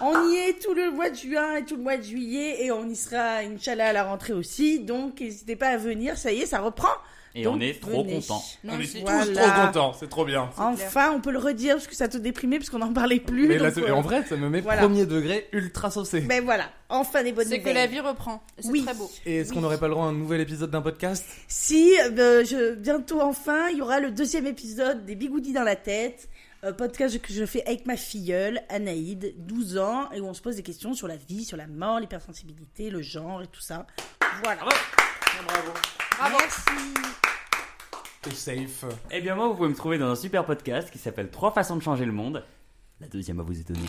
Speaker 5: On y est tout le mois de juin et tout le mois de juillet et on y sera Inch'Allah à la rentrée aussi. Donc n'hésitez pas à venir, ça y est, ça reprend.
Speaker 7: Et
Speaker 5: Donc,
Speaker 7: on est trop
Speaker 5: venez.
Speaker 7: contents.
Speaker 4: On est
Speaker 5: Voilà.
Speaker 4: tous trop contents, c'est trop bien.
Speaker 5: Enfin, on peut le redire parce que ça te déprimait parce qu'on n'en parlait plus.
Speaker 4: Mais là,
Speaker 5: donc,
Speaker 4: c'est-
Speaker 5: euh,
Speaker 4: en vrai, ça me met
Speaker 5: voilà.
Speaker 4: premier degré ultra saucé.
Speaker 5: Ben voilà, enfin des bonnes
Speaker 6: C'est
Speaker 5: nouvelles.
Speaker 6: que la vie reprend. C'est
Speaker 5: Oui.
Speaker 6: très beau.
Speaker 4: Et est-ce qu'on n'aurait pas le droit à un nouvel épisode d'un podcast
Speaker 5: Si, euh, ben, je, bientôt enfin, il y aura le deuxième épisode des Bigoudis dans la tête, euh, podcast que je fais avec ma filleule, Anaïde, 12 ans, et où on se pose des questions sur la vie, sur la mort, l'hypersensibilité, le genre et tout ça. Voilà.
Speaker 6: Bravo.
Speaker 4: Et safe.
Speaker 7: Eh bien moi, vous pouvez me trouver dans un super podcast qui s'appelle Trois façons de changer le monde. La deuxième à vous étonner.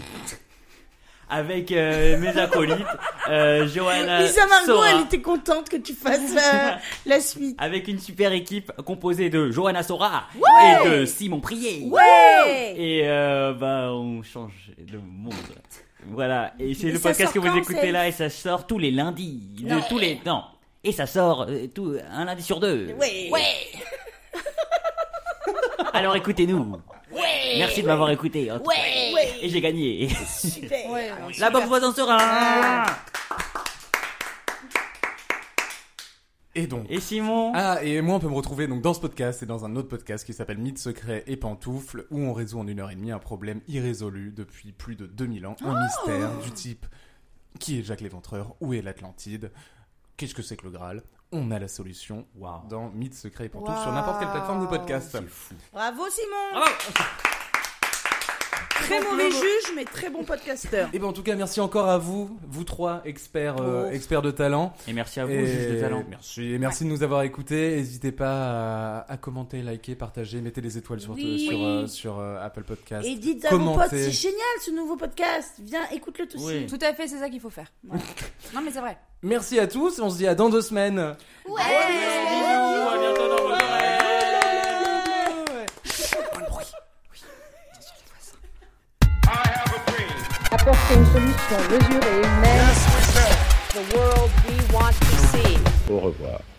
Speaker 7: Avec euh, mes acolytes, euh, Johanna,
Speaker 5: Lisa Margot,
Speaker 7: Sora.
Speaker 5: elle était contente que tu fasses euh, la suite.
Speaker 7: avec une super équipe composée de Johanna Sora et de Simon Prier.
Speaker 5: Ouais
Speaker 7: Et euh, bah on change le monde. Voilà, et c'est
Speaker 5: Et
Speaker 7: le
Speaker 5: ça
Speaker 7: podcast
Speaker 5: sort
Speaker 7: que vous
Speaker 5: quand,
Speaker 7: écoutez
Speaker 5: c'est-
Speaker 7: là et ça sort tous les lundis, de tous les non. Et ça sort euh, tout, un lundi sur deux.
Speaker 5: Ouais.
Speaker 7: Alors écoutez-nous. Merci de m'avoir écouté. hein. en tout cas. Et j'ai gagné.
Speaker 5: Super.
Speaker 7: La bonne voix en sera.
Speaker 4: Et donc
Speaker 7: Et Simon.
Speaker 4: Ah, et moi, on peut me retrouver donc dans ce podcast et dans un autre podcast qui s'appelle Mythes secrets et pantoufles, où on résout en une heure et demie un problème irrésolu depuis plus de 2000 ans, un mystère du type qui est Jacques l'Éventreur, où est l'Atlantide, qu'est-ce que c'est que le Graal On a la solution
Speaker 7: Waouh.
Speaker 4: dans Mythes secrets et pantoufles sur n'importe quelle plateforme de podcast.
Speaker 5: Bravo Simon Très mauvais juge, mais très bon podcasteur.
Speaker 4: Et ben en tout cas, merci encore à vous, vous trois experts, euh,
Speaker 5: Oh.
Speaker 4: experts de talent.
Speaker 7: Et merci à vous,
Speaker 4: Et
Speaker 7: juge de talent.
Speaker 4: Merci, et merci de nous avoir écoutés. N'hésitez pas à, à commenter, liker, partager, mettez des étoiles sur,
Speaker 5: Oui.
Speaker 4: sur,
Speaker 5: Oui.
Speaker 4: euh, sur, euh, Apple Podcast.
Speaker 5: Et dites à vos potes, c'est génial ce nouveau podcast. Viens, écoute-le tous.
Speaker 7: Oui.
Speaker 6: Tout à fait, c'est ça qu'il faut faire. Voilà. non, mais c'est vrai.
Speaker 4: Merci à tous, on se dit à dans deux semaines.
Speaker 3: I have a dream.
Speaker 2: Apporter une solution mesurée et humaine
Speaker 10: The world we want to see.
Speaker 8: Au revoir.